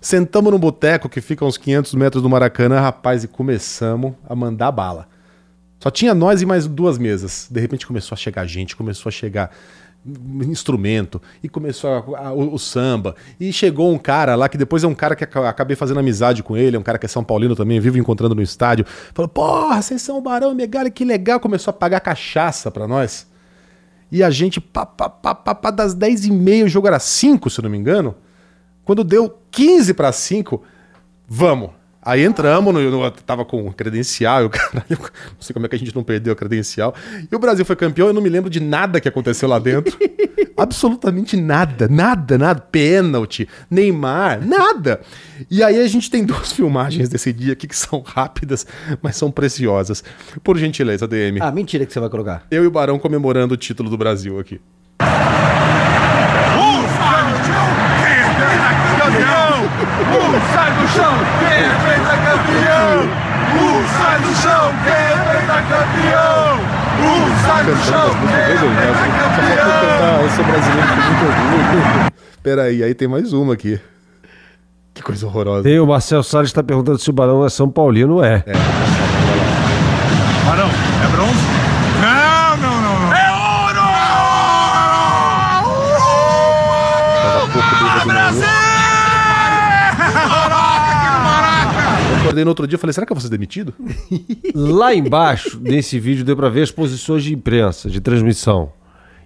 sentamos num boteco que fica a uns 500 metros do Maracanã, rapaz, e começamos a mandar bala. Só tinha nós e mais duas mesas. De repente começou a chegar gente, começou a chegar instrumento, e começou a- a- o, o samba. E chegou um cara lá, que depois é um cara que aca- acabei fazendo amizade com ele, é um cara que é São Paulino também, vivo encontrando no estádio. Falou, porra, vocês são o Barão Megali, que legal. Começou a pagar cachaça pra nós. E a gente, pá, pá, pá, pá, pá, das 10h30, o jogo era 5, se eu não me engano. Quando deu 15 para 5, vamos. Aí entramos, no, no- tava com credencial, eu, caralho, não sei como é que a gente não perdeu a credencial. E o Brasil foi campeão, eu não me lembro de nada que aconteceu lá dentro. Absolutamente nada, nada, nada. Pênalti, Neymar, nada. E aí a gente tem duas filmagens desse dia aqui que são rápidas, mas são preciosas. Por gentileza, DM.
Ah, mentira que você vai colocar.
Eu e o Barão comemorando o título do Brasil aqui. Peraí, aí tem mais uma aqui. Que coisa horrorosa.
Tem o Marcel Salles está perguntando se o Barão é São Paulino, é.
Barão, é bronze? Não, não, não, não. É ouro!
Eu acordei no outro dia e falei, será que eu vou ser demitido?
Lá embaixo, nesse vídeo, deu pra ver as posições de imprensa, de transmissão.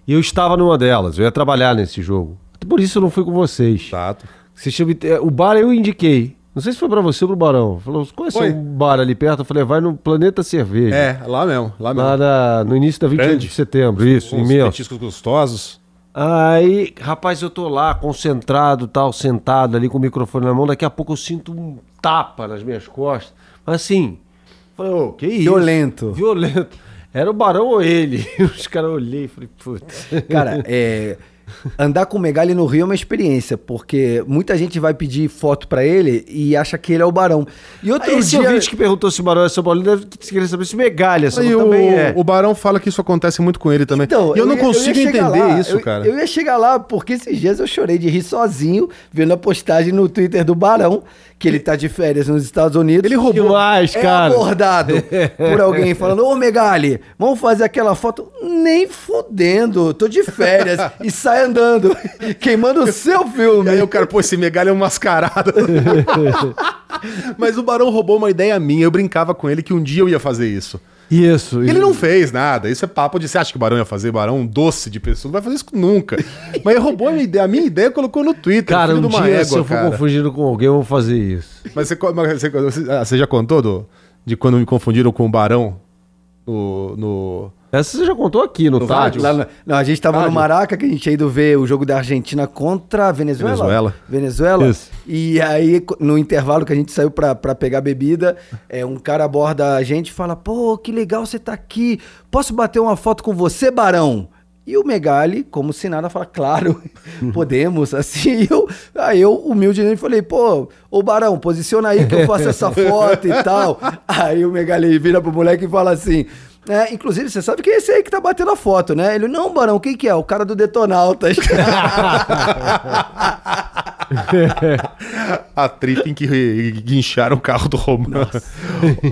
E eu estava numa delas, eu ia trabalhar nesse jogo. Até Por isso eu não fui com vocês.
Chato.
Vocês tinham me- eh, O bar eu indiquei. Não sei se foi pra você ou pro Barão. Falou, conhece
Foi.
um bar ali perto? Eu falei, vai no Planeta Cerveja.
É, lá mesmo, lá mesmo.
Lá na- no início da 28
Grande.
de setembro, isso, em
Uns
Minas.
petiscos gostosos.
Aí, rapaz, eu tô lá, concentrado, tal, sentado ali com o microfone na mão. Daqui a pouco eu sinto um tapa nas minhas costas. Mas assim, falei, ô, que isso?
Violento.
Violento. Era o barão ou ele? Os caras olhei e falei, putz.
Cara, é. Andar com o Megali no Rio é uma experiência, porque muita gente vai pedir foto pra ele e acha que ele é o barão. E outro
Esse
dia...
ouvinte que perguntou se o barão é São Paulino deve querer saber se megalha, se
E
não
o,
também é.
o Barão fala que isso acontece muito com ele também.
Então,
e eu, não
ia-
consigo
ia chegar
entender
lá,
isso,
eu-
cara.
Eu ia chegar lá porque esses dias eu chorei de rir sozinho, vendo a postagem no Twitter do Barão, que ele tá de férias nos Estados Unidos. Ele
roubou. Demais, cara.
É abordado por alguém falando, ô Megali, vamos fazer aquela foto? Nem fudendo, tô de férias. e sai andando, queimando o seu
E
filme.
aí o cara, pô, esse megalho é um mascarado. Mas o Barão roubou uma ideia minha. Eu brincava com ele que um dia eu ia fazer isso.
Isso.
Ele não fez nada. Isso é papo de você acha que o Barão ia fazer? Barão é um doce de pessoa. Não vai fazer isso nunca. Mas ele roubou a minha ideia. A minha ideia e colocou no Twitter.
Cara,
filho
um
de uma
dia
égua,
se eu for
cara.
confundido com alguém, eu vou fazer isso.
Mas você, co- mas você- você- ah, você já contou do- de quando me confundiram com o Barão no... no...
Essa você já contou aqui tá? no Tádio.
Lá no- não, a gente tava no Maraca, que a gente ia ido ver o jogo da Argentina contra a Venezuela.
Venezuela.
Venezuela.
Isso.
E aí, co- no intervalo que a gente saiu pra, pra pegar bebida, é, um cara aborda a gente e fala: pô, que legal você tá aqui. Posso bater uma foto com você, Barão? E o Megali, como se nada, fala, claro, podemos, assim, e eu, aí eu, humildemente, falei, pô, ô Barão, posiciona aí que eu faço essa foto e tal. Aí o Megali vira pro moleque e fala assim, é, inclusive, você sabe que é esse aí que tá batendo a foto, né? Ele, não, Barão, quem que é? O cara do Detonautas.
A trip em que guincharam o carro do Roman.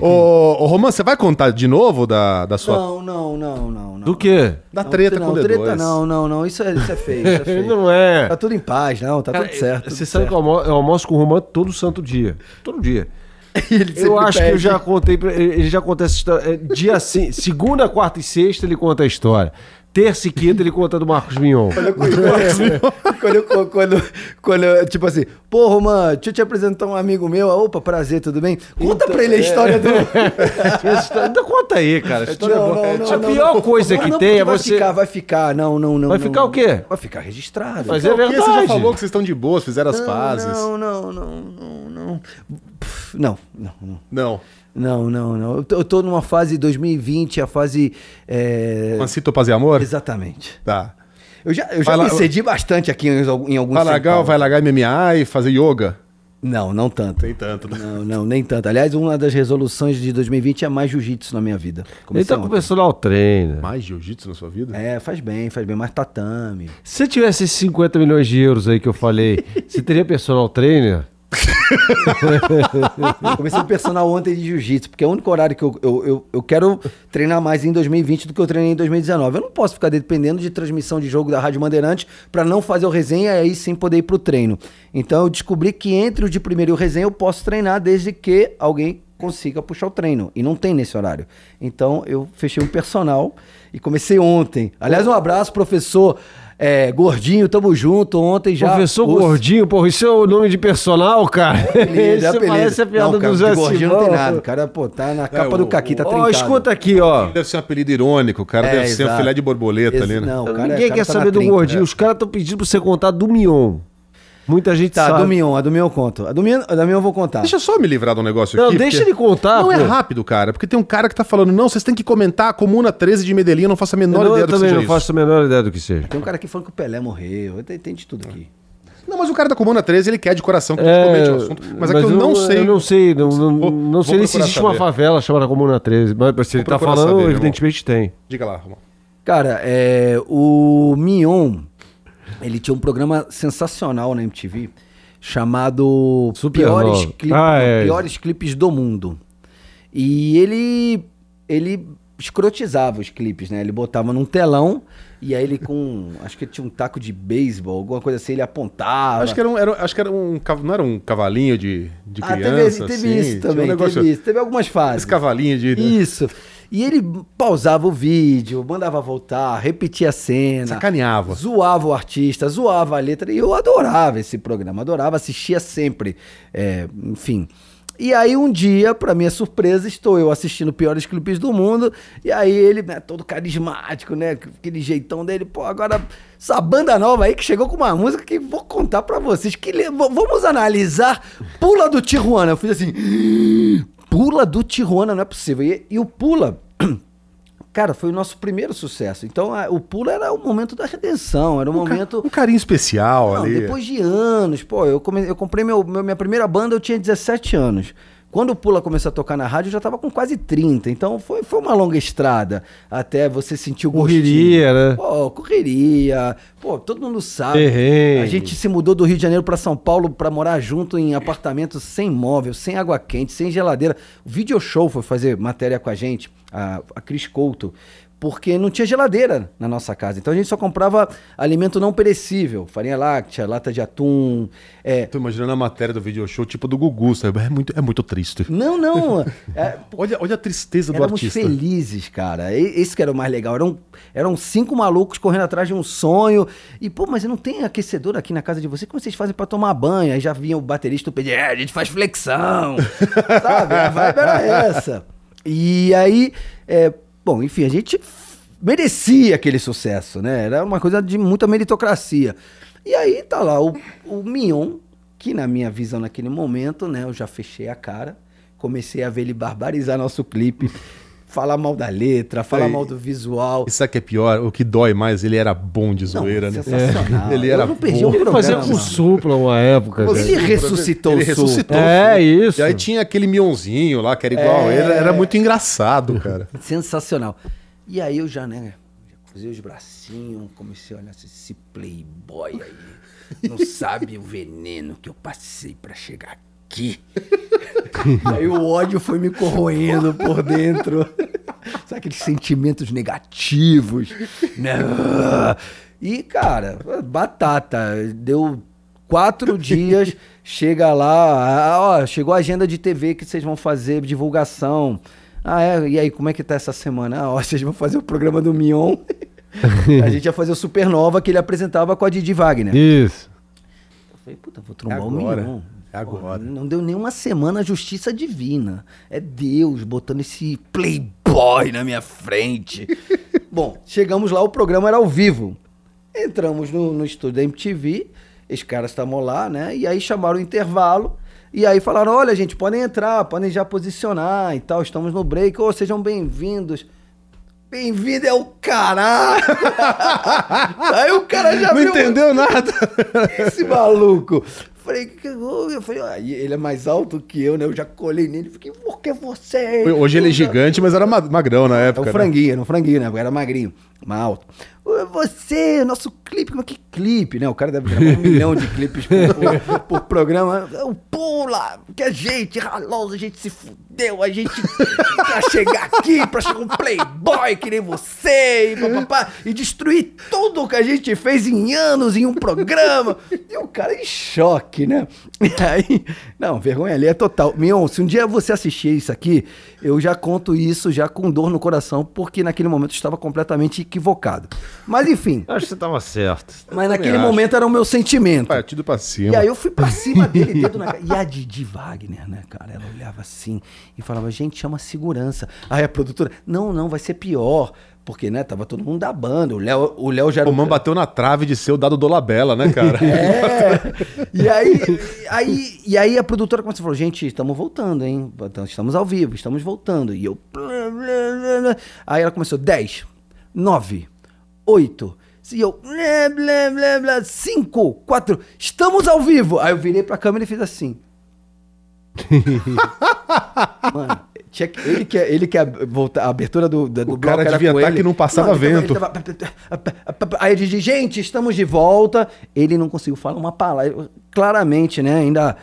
ô, ô, Roman, você vai contar de novo da, da sua...
não, não, não, não, não.
Do quê?
da treta
não,
com o D2?
treta não, não, não, isso é, isso é feio, isso é feio.
Não é.
Tá tudo em paz, não, tá
Cara,
tudo certo. tudo
Você sabe
certo.
que eu almo- eu almoço com o Romano todo santo dia. Todo dia.
Ele sempre
Eu acho que eu
pede.
já contei. pra- Ele ele já conta essa história. é, Dia assim, segunda, quarta e sexta ele conta a história. terça e quinta ele conta do Marcos Mignon.
quando, eu- quando, quando, quando eu, tipo assim, porra, mano, deixa eu te apresentar um amigo meu. Ah, Opa, prazer, tudo bem?
Então,
Conta pra
é.
ele a história do.
Essa história- Ainda conta aí, cara. A história é boa. Tipo, a
não,
pior
não.
coisa
Não,
que
não,
tem
porque
é
vai
você.
ficar, vai ficar, não, não, não.
Vai
não,
ficar
não.
o quê?
Vai ficar registrado.
Mas
Ficar
é
Por que
verdade.
Você já falou que vocês estão de boas, fizeram as pazes.
Não, não, não, não, não. Pff, Não, não, não.
Não.
Não, não, não. Eu tô, eu tô numa fase 2020, a fase. é,
Mancito Paz e Amor?
Exatamente.
Tá.
Eu já, eu já
Vai lá-
me cedi bastante aqui em, algum- em alguns.
Vai
São
largar,
Paulo.
vai largar MMA e fazer yoga?
Não, não tanto.
Tem tanto, né?
Não, não, nem tanto. Aliás, uma das resoluções de 2020 é mais jiu-jitsu na minha vida.
Ele tá
ontem.
começando ao treino.
Mais jiu-jitsu na sua vida?
É, faz bem, faz bem. Mais tatame.
Se você tivesse esses 50 milhões de euros aí que eu falei, você teria personal trainer?
Eu comecei a personal ontem de jiu-jitsu, porque é o único horário que eu, eu, eu, eu quero treinar mais em 2020 do que eu treinei em 2019. Eu não posso ficar dependendo de transmissão de jogo da Rádio Bandeirante para não fazer o resenha e aí sim poder ir pro treino. Então eu descobri que entre o de primeiro e o resenha eu posso treinar desde que alguém consiga puxar o treino. E não tem nesse horário. Então eu fechei um personal e comecei ontem. Aliás, um abraço, professor é, Gordinho, tamo junto. Ontem já.
Professor
Os-
Gordinho, porra, isso é o nome de personal, cara?
Apelido, é
isso
apelido.
parece a piada
não, cara,
do
de
Zé
gordinho
Simão.
não tem nada. O cara, pô, tá na capa
É, o-
do caqui, tá
Ó,
trincado.
escuta aqui, ó.
Deve ser um apelido irônico, o cara
É,
deve ser um
exato.
filé de borboleta
Esse-
ali, né?
Não, o cara,
Ninguém
o cara
quer
tá
saber
na
do
trinca.
gordinho. Os caras estão pedindo pra você contar do Mion. Muita gente
Tá,
sabe.
do Mion, a do Mion eu conto. A do Mion, a do Mion eu vou contar.
Deixa eu só me livrar do negócio
Não,
aqui.
deixa
porque
ele contar,
Não é
pô.
rápido, cara, porque tem um cara que tá falando, não, vocês têm que comentar a Comuna 13 de Medellín, eu não faço a
Eu
menor
não-
ideia do
eu
que
também
seja
não
isso.
faço a menor ideia do que seja.
Tem um cara aqui falando que o Pelé morreu. Tem, tem de tudo aqui.
Não, mas o cara da Comuna 13, ele quer de coração que a gente
É,
comente o assunto. Mas, é que eu não, sei.
Eu não sei, não, não,
Vou-
não
vou
sei nem se
procurar
existe uma
saber.
favela chamada Comuna 13. Mas se ele
Vou
tá
procurar
falando,
saber, irmão.
evidentemente tem.
Diga lá, Romão.
Cara, é, o Mion, ele tinha um programa sensacional na MTV chamado
Super
Piores,
Novo.
Clipe-
Ah, é.
Piores Clipes do Mundo. E ele ele escrotizava os clipes, né? Ele botava num telão e aí ele com, acho que tinha um taco de beisebol, alguma coisa assim, ele apontava.
Acho que era um, era- acho que era um cav- não era um cavalinho de, de
Ah,
criança,
teve, teve
assim?
isso
Tinha
também,
um negócio, né?
teve isso. Teve algumas fases.
Esse cavalinho de...
Isso. E ele pausava o vídeo, mandava voltar, repetia a cena.
Sacaneava.
Zoava o artista, zoava a letra. E eu adorava esse programa, adorava, assistia sempre. É, enfim. E aí um dia, pra minha surpresa, estou eu assistindo Piores Clipes do Mundo. E aí ele, né, todo carismático, né? Aquele jeitão dele. Pô, agora essa banda nova aí que chegou com uma música que vou contar pra vocês. Que le- v- Vamos analisar Pula do Tijuana. Eu fiz assim... Pula do Tijuana, não é possível. E, e o Pula... Cara, foi o nosso primeiro sucesso. Então, a- o Pula era o momento da redenção, era o
Um, ca-
momento...
um carinho especial
Não,
ali.
depois de anos, pô, eu, come- eu comprei meu, meu- minha primeira banda, eu tinha 17 anos. Quando o Pula começou a tocar na rádio, eu já tava com quase 30. Então foi, foi uma longa estrada até você sentir o gostinho.
Correria, né?
Pô, correria. Pô, todo mundo sabe.
Perrengue.
A gente se mudou do Rio de Janeiro pra São Paulo pra morar junto em apartamento sem móvel, sem água quente, sem geladeira. O Video Show foi fazer matéria com a gente, a, a Cris Couto, porque não tinha geladeira na nossa casa. Então a gente só comprava alimento não perecível, farinha láctea, lata de atum. é,
Tô imaginando a matéria do video show, tipo do Gugu, sabe? É muito, é muito triste.
Não, não. é,
Olha, olha a tristeza do
Éramos
artista.
felizes, cara. E- Esse que era o mais legal. Eram, eram cinco malucos correndo atrás de um sonho. E, pô, mas não tem aquecedor aqui na casa de vocês? Como vocês fazem pra tomar banho? Aí já vinha o baterista pedir, é, a gente faz flexão. Sabe? A vibe era essa. E aí, é, bom, enfim, a gente merecia aquele sucesso, né? Era uma coisa de muita meritocracia. E aí tá lá o, o Mion, que na minha visão naquele momento, né, eu já fechei a cara. Comecei a ver ele barbarizar nosso clipe, falar mal da letra, falar
Aí.
mal do visual.
E sabe o que é pior? O que dói mais, ele era bom de
Não,
zoeira, né?
sensacional.
Ele
Eu
era
não perdi
bom.
um
Ele fazia com
programa.
supla uma época.
Você- é.
cara.
Ele ressuscitou
Ele
o Sul.
ressuscitou.
É, isso.
E aí tinha aquele mionzinho lá, que era igual. Ele era muito engraçado, cara.
Sensacional. E aí eu já, né, já cruzei os bracinhos, comecei a olhar assim, esse playboy aí. Não sabe o veneno que eu passei pra chegar aqui. aí o ódio foi me corroendo por dentro. Sabe aqueles sentimentos negativos? né? E, cara, batata. Deu quatro dias, chega lá, ah, ó, chegou a agenda de TV que vocês vão fazer, divulgação. Ah, é? E aí, como é que tá essa semana? Ah, ó, vocês vão fazer o programa do Mion. A gente ia fazer o Supernova que ele apresentava com a Didi Wagner.
Isso.
Eu falei, puta, vou trombar
É
o
agora.
Mignon.
É agora.
não deu nenhuma semana a justiça divina. É Deus botando esse playboy na minha frente. Bom, chegamos lá, o programa era ao vivo. Entramos no, no estúdio da MTV, esses caras estavam lá, né? E aí chamaram o intervalo. E aí falaram: olha, gente, podem entrar, podem já posicionar e tal, estamos no break, ou sejam bem-vindos. Bem-vindo é o caralho! aí o cara já
Não
viu-
entendeu nada.
esse maluco. Falei, que- que- eu falei, ah, e ele é mais alto que eu, né? Eu já colei nele. Fiquei, por que é você?
Hoje ele é gigante, mas era ma- magrão na
É o
época. né?
franguinho, era um franguinho, né? Era magrinho, mas alto. Ô, é Você, nosso clipe, mas que clipe, né? O cara deve gravar um milhão de clipes por, por- por programa. Eu, Pula, que a gente ralosa, a gente se fudeu, a gente pra chegar aqui, pra chegar um playboy que nem você, e papapá, e destruir tudo que a gente fez em anos em um programa. E o cara em choque, né? E aí, não, vergonha ali é total. Mion, se um dia você assistir isso aqui, eu já conto isso já com dor no coração, porque naquele momento eu estava completamente equivocado. Mas enfim,
Acho que você tava certo.
mas naquele
acho.
momento era o meu sentimento.
Partido pra
E
cima.
aí eu fui pra cima dele, dedo na cara. E a Didi Wagner, né, cara? Ela olhava assim e falava, gente, chama segurança. Aí a produtora, não, não, vai ser pior. Porque, né, tava todo mundo da banda. O Léo, o Léo já era
O
um-
Man bateu na trave de ser o dado do Labela, né, cara?
é. E aí, aí, e aí a produtora começou a falar, gente, estamos voltando, hein? Então, Estamos ao vivo, estamos voltando. E eu. Aí ela começou 10, 9, 8. E eu. 5, 4. Estamos ao vivo! Aí eu virei pra câmera e fiz assim. Mano, tinha que- ele que, ele que é a, volta, a abertura do, do
O
bloco
cara
era
devia
com
tá
ele.
que não passava
ele tava-
vento.
ele tava- Aí ele diz, gente, estamos de volta. Ele não conseguiu falar uma palavra. Claramente, né? Ainda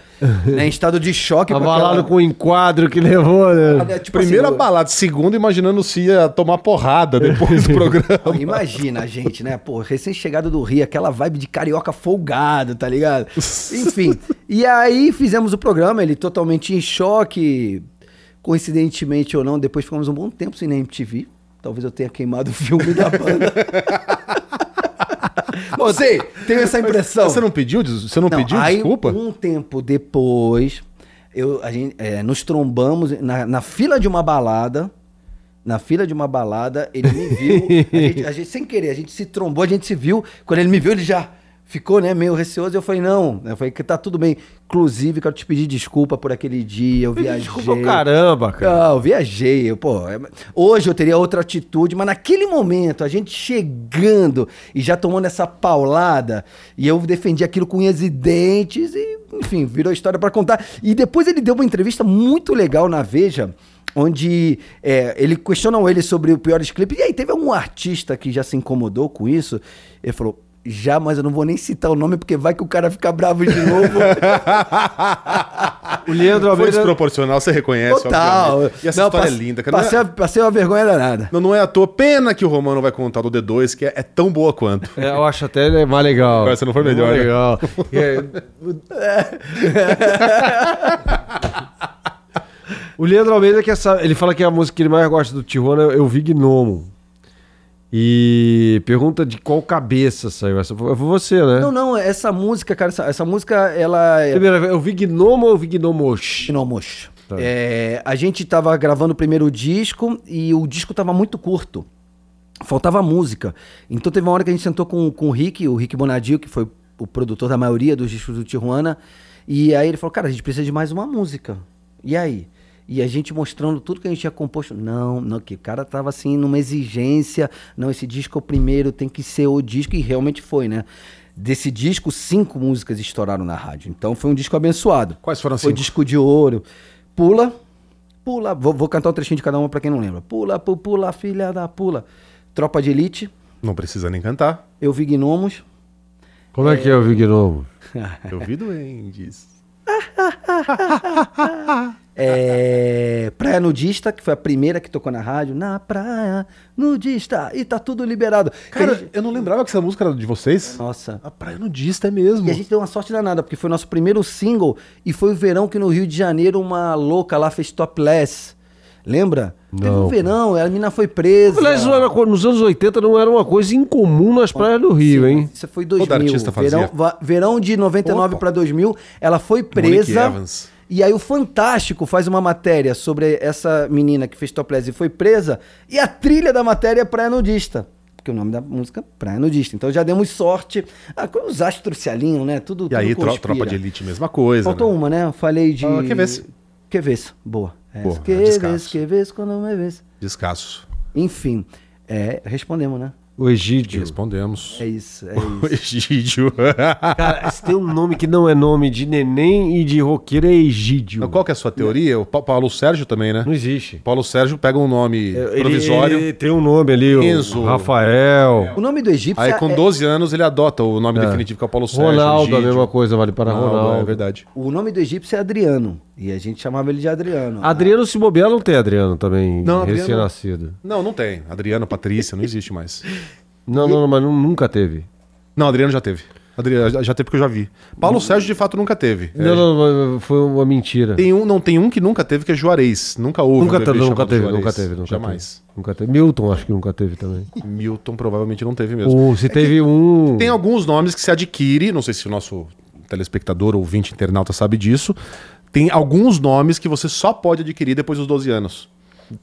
né, em estado de choque. com
Abalado
aquela-
com o enquadro que levou, né?
É, tipo
Primeira
assim, eu-
balada, segunda, imaginando se ia tomar porrada depois do programa.
Imagina a gente, né? Pô, recém-chegado do Rio, aquela vibe de carioca folgado, tá ligado? Enfim. E aí fizemos o programa, ele totalmente em choque. Coincidentemente ou não, depois ficamos um bom tempo sem nem MTV. Talvez eu tenha queimado o filme da banda. Bom, sei, tenho essa impressão.
Você não pediu? des- Você não, pediu
aí,
desculpa?
Um tempo depois, eu, a gente, é, nos trombamos na, na fila de uma balada. Na fila de uma balada, ele me viu. a, gente, a gente, sem querer, a gente se trombou, a gente se viu. Quando ele me viu, ele já ficou né, meio receoso. Eu falei, não. Eu falei que tá tudo bem. Inclusive, quero te pedir desculpa por aquele dia. Eu viajei.
Desculpa o caramba, cara.
Não, eu viajei, eu, pô. é- Hoje eu teria outra atitude, mas naquele momento, a gente chegando e já tomando essa paulada, e eu defendi aquilo com unhas e dentes, e, enfim, virou história pra contar. E depois ele deu uma entrevista muito legal na Veja. Onde é, ele questionam ele sobre o piores clipes. E aí teve um artista que já se incomodou com isso. Ele falou: já, mas eu não vou nem citar o nome, porque vai que o cara fica bravo de novo.
Ah, O Leandro
Foi
Almeida
desproporcional, você reconhece,
Total.
obviamente. E essa
Não,
história
passe-
é linda, cara. Não é-
Passei, uma- passei uma vergonha danada.
Não, não é à toa. Pena que o Romano vai contar do D2, que é, é tão boa quanto.
É, eu acho até ele mais legal.
Agora, se não for melhor,
Mais
né?
legal. É. o Leandro Almeida, que é essa, ele fala que a música que ele mais gosta do Tijuana é Eu Vi Gnomo. E pergunta de qual cabeça saiu essa. Foi foi você, né?
Não, não, essa música, cara, essa, essa música, ela é.
Primeira vez, eu vi Gnomo ou eu vi Gnomos?
Gnomos.
Tá.
É, a gente tava gravando o primeiro disco e o disco tava muito curto. Faltava música. Então teve uma hora que a gente sentou com, com o Rick, o Rick Bonadio, que foi o produtor da maioria dos discos do Tijuana. E aí ele falou: Cara, a gente precisa de mais uma música. E aí? E a gente mostrando tudo que a gente tinha composto. Não, não, que o cara tava assim numa exigência. Não, esse disco é o primeiro, tem que ser o disco. E realmente foi, né? Desse disco, cinco músicas estouraram na rádio. Então foi um disco abençoado.
Quais foram assim, as
Foi
cinco?
disco de ouro. Pula, pula. Vou, vou cantar um trechinho de cada uma pra quem não lembra. Pula, pu- pula, filha da pula. Tropa de Elite,
Não precisa nem cantar.
Eu Vi Gnomos.
Como é, que é eu vi Gnomo?
Eu vi doentes.
É, praia Nudista, que foi a primeira que tocou na rádio. Na Praia Nudista. E tá tudo liberado. E a
Cara,
gente-
eu não lembrava que essa música era de vocês.
nossa.
A praia nudista é mesmo.
E a gente deu uma sorte danada, porque foi nosso primeiro single e foi o verão que no Rio de Janeiro uma louca lá fez topless. Lembra? Teve
Não.
um verão, a mina foi presa.
Aliás, isso era co- nos anos 80 não era uma coisa incomum nas praias do Rio, hein?
Isso foi 2000.
artista fazia.
verão, va- verão de 99
Opa.
para 2000, ela foi presa.
Evans.
E aí o Fantástico faz uma matéria sobre essa menina que fez topless e foi presa. E a trilha da matéria é Praia Nudista. Porque o nome da música é Praia Nudista. Então já demos sorte. Ah, os astros se alinham, né? Tudo
E
tudo
aí, tro-
conspira.
tropa de elite, mesma coisa.
Faltou uma, né? Eu falei de...
Ah, que vez.
Que vez. Boa. É,
Boa,
que
é
vez,
descasso.
que vez, quando me vez.
Descasso.
Enfim. É, respondemos, né?
O Egídio.
Respondemos.
É isso, é
O
isso.
Egídio.
Cara, se tem um nome que não é nome de neném e de roqueiro é Egídio.
Qual que é a sua teoria? O Pa- Paulo Sérgio também, né?
Não existe.
Paulo Sérgio pega um nome
É, Ele-
provisório.
ele tem um nome ali, o
Enzo.
Rafael. né?
O nome do egípcio
Aí, com
é-
12 anos, ele adota o nome definitivo que é o Paulo Sérgio.
Ronaldo, a
Egídio.
mesma coisa, vale para
Ronaldo,
Ronaldo.
É verdade.
O nome do egípcio é Adriano. E a gente chamava ele de Adriano.
Adriano, se bobear, não tem Adriano também,
Não, Adriano-
recém-nascido.
Não, não tem. Adriano, Patrícia, não existe mais.
Não, não, não, mas nu- nunca teve.
Não, Adriano já teve. Adriano já- já teve porque eu já vi. Paulo Sérgio, de fato, nunca teve. É,
Não, não, mas foi uma mentira.
Tem um, não, tem um que nunca teve, que é Juarez. Nunca houve.
Nunca,
um
teve,
bebê
nunca
chamado
teve,
Juarez.
nunca teve, nunca
Jamais.
teve. Nunca teve. Milton, acho que nunca teve também.
Milton provavelmente não teve mesmo.
Ou se teve um.
Tem alguns nomes que se adquire, não sei se o nosso telespectador, ouvinte, internauta sabe disso. Tem alguns nomes que você só pode adquirir depois dos 12 anos.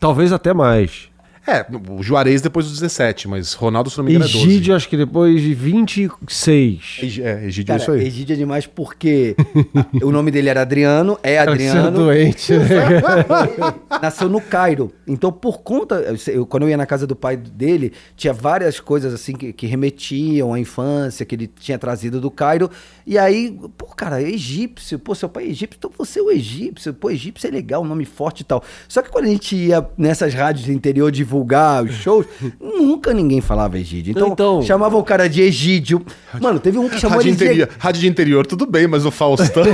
Talvez até mais.
É, o Juarez depois dos 17, mas Ronaldo, se não me engano,
Egídio,
é
acho que depois de 26.
12. É, Egídio é
Cara,
isso aí.
Egídio é demais porque o nome dele era Adriano, é
Adriano.
Adriano,
Tá doente, né?
nasceu no Cairo. Então, por conta. eu sei- eu- quando eu ia na casa do pai dele, tinha várias coisas assim que, que remetiam à infância, que ele tinha trazido do Cairo. E aí, pô, cara, é egípcio, pô, seu pai é egípcio, então você é o egípcio, pô, egípcio é legal, um nome forte e tal. Só que quando a gente ia nessas rádios do interior divulgar os shows, nunca ninguém falava Egídio. Então,
Então-
chamava o cara de Egídio. Mano, teve um que chamou
Rádio,
ele de
interior, rádio de interior, tudo bem, mas o Faustão.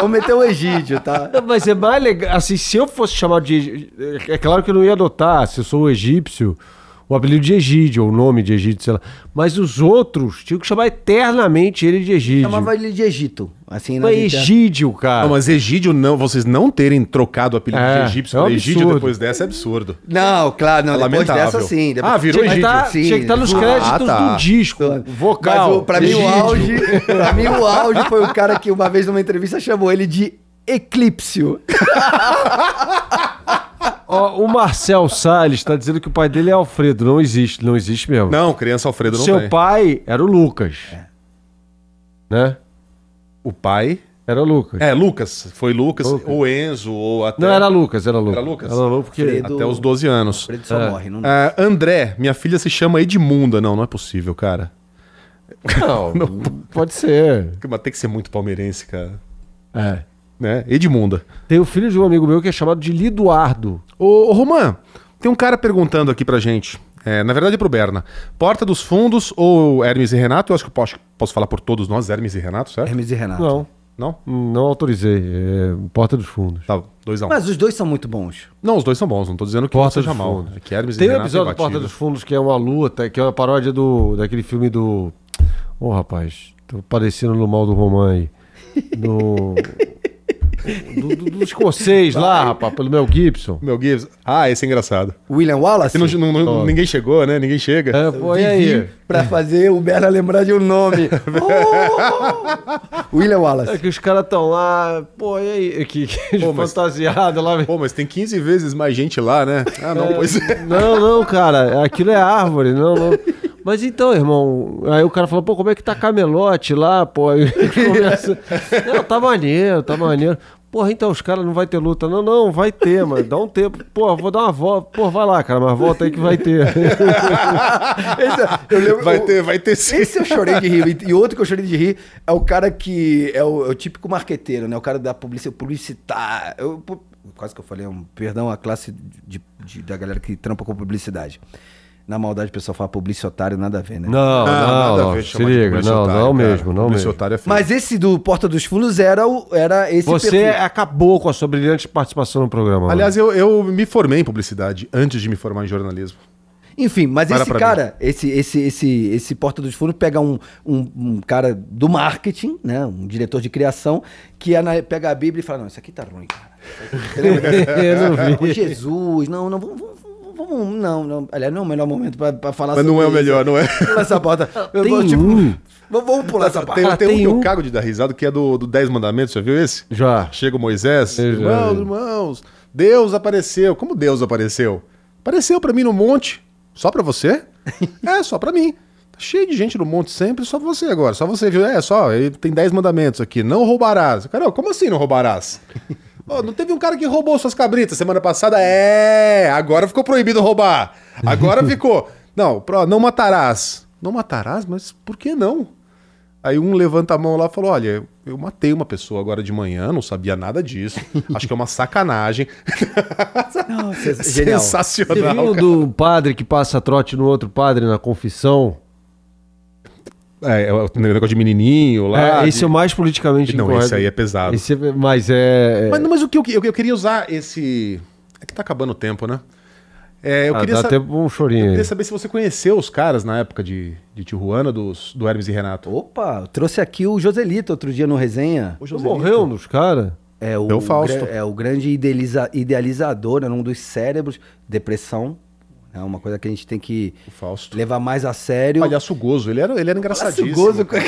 Vou meter o Egídio, tá?
Mas é mais legal. Assim, se eu fosse chamado de. Egí- É claro que eu não ia adotar, se eu sou um egípcio, o apelido de Egídio, ou o nome de Egídio, sei lá. Mas os outros tinham que chamar eternamente ele de Egídio.
Chamava ele de Egito. Assim, na
Mas
vida.
Egídio, cara.
não, mas Egídio não, vocês não terem trocado o apelido
É,
de egípcio
é um
por Egídio
absurdo.
depois dessa é absurdo.
Não, claro, não. Depois
Lamentável.
dessa, sim. Depois...
Ah, virou
tinha, que
Egídio.
tá,
Sim,
tinha que estar nos
sim.
créditos
Ah, tá.
do disco. Vocal.
Mas o, pra, mim, o
Egídio.
auge, pra mim, o auge foi o cara que uma vez numa entrevista chamou ele de Eclipsio.
Ó, o Marcel Salles está dizendo que o pai dele é Alfredo. Não existe, não existe mesmo.
Não, criança Alfredo não
Seu
tem.
pai era o Lucas. Né?
O pai.
Era o Lucas.
É, Lucas. Foi Lucas, ou Enzo, ou até.
Não, era Lucas, era Lucas.
Era Lucas?
Era Lucas porque...
Alfredo.
Até os 12 anos.
Ele só morre, não
Ah, André, minha filha se chama Edmunda. Não, não é possível, cara.
Não, pode ser.
Mas tem que ser muito palmeirense, cara.
É.
Né? Edmunda.
Tem o filho de um amigo meu que é chamado de Liduardo.
Ô, ô Roman, tem um cara perguntando aqui pra gente. É, na verdade é pro Berna. Porta dos Fundos ou Hermes e Renato? Eu acho que eu posso, posso falar por todos nós, Hermes e Renato, certo?
Hermes e Renato.
Não,
Não?
não autorizei. É Porta dos Fundos.
Tá, dois a um.
Mas os dois são muito bons.
Não, os dois são bons, não tô dizendo que
Porta
Porta
dos
seja mal.
Fundos.
É que Hermes
Tem
e
um
Renato
episódio
é
do Porta
imbatível.
dos Fundos que é uma luta, que é uma paródia do, daquele filme do... Ô, rapaz, tô parecendo no mal do Romã aí. Do... do, do, do escocês lá, rapaz, pelo Mel Gibson.
Meu Gibbs. Ah, esse é engraçado.
William Wallace,
Você não- não- não- ninguém chegou, né? Ninguém chega.
É, pô, e aí?
pra fazer o Berna lembrar de um nome. Oh! William
É
Wallace.
que os caras estão lá, pô, e aí? Que, que
Pô, mas-
fantasiado lá.
Pô, mas tem 15 vezes mais gente lá, né? Ah, não, pois é.
Não, não, cara, aquilo é árvore, não, não. Mas então, irmão, aí o cara fala, pô, como é que tá camelote lá, pô? Aí começa, não, tá maneiro, tá maneiro. Porra, então os caras não vai ter luta. Não, não, vai ter, mano. Dá um tempo. Porra, vou dar uma volta. Porra, vai lá, cara, mas volta aí que vai ter.
Esse- eu lembro-
Vai ter, vai ter sim.
é
Esse eu chorei de rir. E outro que eu chorei de rir é o cara que é o, é o típico marqueteiro, né? O cara da publicidade, publicitar. Eu, pu- quase que eu falei, um, perdão a classe de- de- da galera que trampa com publicidade. Na maldade, o pessoal fala publicitário, nada a ver, né?
Não, não,
Ah, nada a
não,
ver
se
chamar de
liga, não,
publicitário,
não
cara.
mesmo, não mesmo.
Publicitário é feio.
Mas esse do Porta dos Fundos era, o, era esse
Você
é-
perfil.
acabou com a sua brilhante participação no programa.
Aliás, eu, eu me formei em publicidade antes de me formar em jornalismo.
Enfim, mas
Para
esse
pra
cara, esse, esse, esse, esse Porta dos Fundos pega um, um, um cara é do marketing, né? Um diretor de criação, que ana- pega a Bíblia e fala: Não, isso aqui tá ruim, cara.
Eu não vi.
Ô, Jesus, não, não, vamos, vamos, vamos- não, não. Aliás, não é o melhor momento pra, pra falar
Mas não
sobre
é o
isso.
melhor, não é?
Pula essa pauta. Eu
Tem
vou, tipo,
um.
vamos- Vamos pular essa pauta.
Tem,
Ah,
tem um
tem
que
um.
eu cago de dar risada, que é do, do Dez Mandamentos, já viu esse?
Já.
Chega o Moisés,
Eu já
irmãos,
vi.
irmãos, Deus apareceu. Como Deus apareceu? Apareceu pra mim no monte, só pra você? é, só pra mim. Tá cheio de gente no monte sempre, só você agora, só você viu? É, só, ele tem 10 mandamentos aqui, não roubarás. Cara, como assim não roubarás? Ô, não teve um cara que roubou suas cabritas semana passada? É, agora ficou proibido roubar. Agora ficou. Não, pro- não matarás. Não matarás? Mas por que não? Aí um levanta a mão lá e falou: Olha, eu- eu matei uma pessoa agora de manhã, não sabia nada disso. Acho que é uma sacanagem.
Nossa, genial.
Você
Sensacional.
viu o
cara.
do padre que passa trote no outro padre na confissão?
É, é o negócio de menininho lá.
é, esse
de-
é o mais politicamente
Não,
incorreto.
esse aí é pesado.
Esse é- mas é.
Mas, não, mas o que eu, eu, eu queria usar esse. É que tá acabando o tempo, né? É, eu
Ah,
queria
dá
sa-
até um chorinho.
eu
aí.
queria saber se você conheceu os caras na época de, de Tijuana, dos, do Hermes e Renato.
Opa, eu trouxe aqui o Joselito outro dia no resenha.
Não morreu nos caras?
É o,
É o Fausto.
gra- É o grande idealiza- idealizador, né, um dos cérebros. Depressão é uma coisa que a gente tem que
O Fausto.
levar mais a sério.
é Palhaço gozo. Ele era, ele era engraçadíssimo.
gozo com-
cara.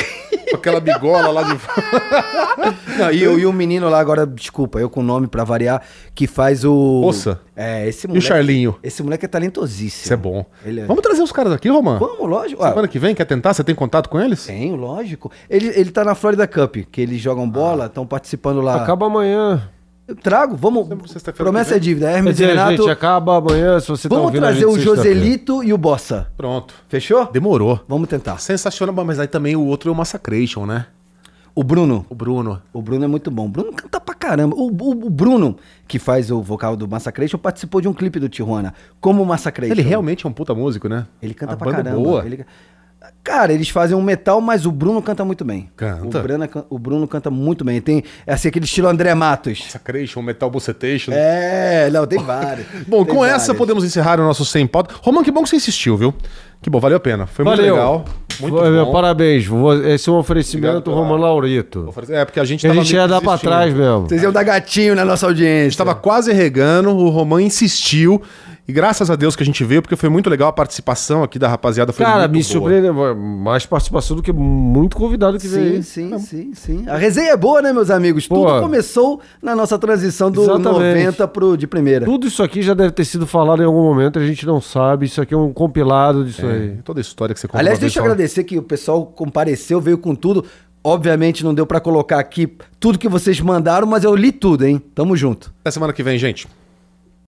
com aquela bigola lá de.
Não, e, o- e o menino lá agora, desculpa, eu com o nome pra variar, que faz o.
Poça.
É, esse
o
moleque.
Charlinho?
Esse moleque é talentosíssimo.
Isso é bom.
Ele é-
Vamos trazer os caras aqui, Romã?
Vamos, lógico. Ah,
Semana que vem, quer tentar? Você tem contato com eles?
Tenho, lógico. Ele, ele tá na Florida Cup, que eles jogam bola, estão participando
Ah.
lá.
Acaba amanhã.
Eu trago, vamos.
Sempre sexta-feira que
Promessa é
vem.
dívida.
Quer
Hermes e
dizer,
Renato.
gente, acaba amanhã se você tá
vamos
ouvindo a
trazer
gente
o
sexta-feira.
Joselito e o Bossa.
Pronto.
Fechou?
Demorou.
Vamos tentar.
Sensacional, mas aí também o outro é o Massacration, né?
O Bruno.
O Bruno.
O Bruno é muito bom. O Bruno canta pra caramba. O, o- o Bruno, que faz o vocal do Massacration, participou de um clipe do Tijuana. Como Massacration.
Ele realmente é um puta músico, né?
Ele canta
A
pra
banda é
caramba.
Boa.
Ele- Cara, eles fazem um metal, mas o Bruno canta muito bem.
Canta.
O Bruno, can- o Bruno canta muito bem. Tem assim, aquele estilo André Matos.
Massacration, Metal Bocetation.
É, não, tem vários.
Bom,
Tem
com essa
vários.
podemos encerrar o nosso Sem Pauta. Roman, que bom que você insistiu, viu? Que bom, valeu a pena. Foi muito
Valeu.
legal. Muito
Foi, meu,
bom.
Parabéns. Vo- Esse é um
Obrigado
oferecimento
pela-
Romano Laurito.
É, porque a gente
A
tava
gente
meio
ia dar pra
desistindo.
trás mesmo.
Vocês iam dar gatinho na nossa
A gente
audiência.
tava quase regando, o Roman insistiu. E graças a Deus que a gente veio, porque foi muito legal a participação aqui da rapaziada. Foi
Cara,
muito
me
boa.
surpreendeu. Mais participação do que muito convidado que veio.
Sim,
aí.
sim, sim, sim. A resenha é boa, né, meus amigos?
Boa.
Tudo começou na nossa transição do
Exatamente.
90 pro de primeira.
Tudo isso aqui já deve ter sido falado em algum momento, a gente não sabe. Isso aqui é um compilado disso
É.
aí.
Toda a história que você contou.
Aliás,
uma
deixa eu
vez só.
agradecer que o pessoal compareceu, veio com tudo. Obviamente não deu pra colocar aqui tudo que vocês mandaram, mas eu li tudo, hein? Tamo junto.
Até semana que vem, gente.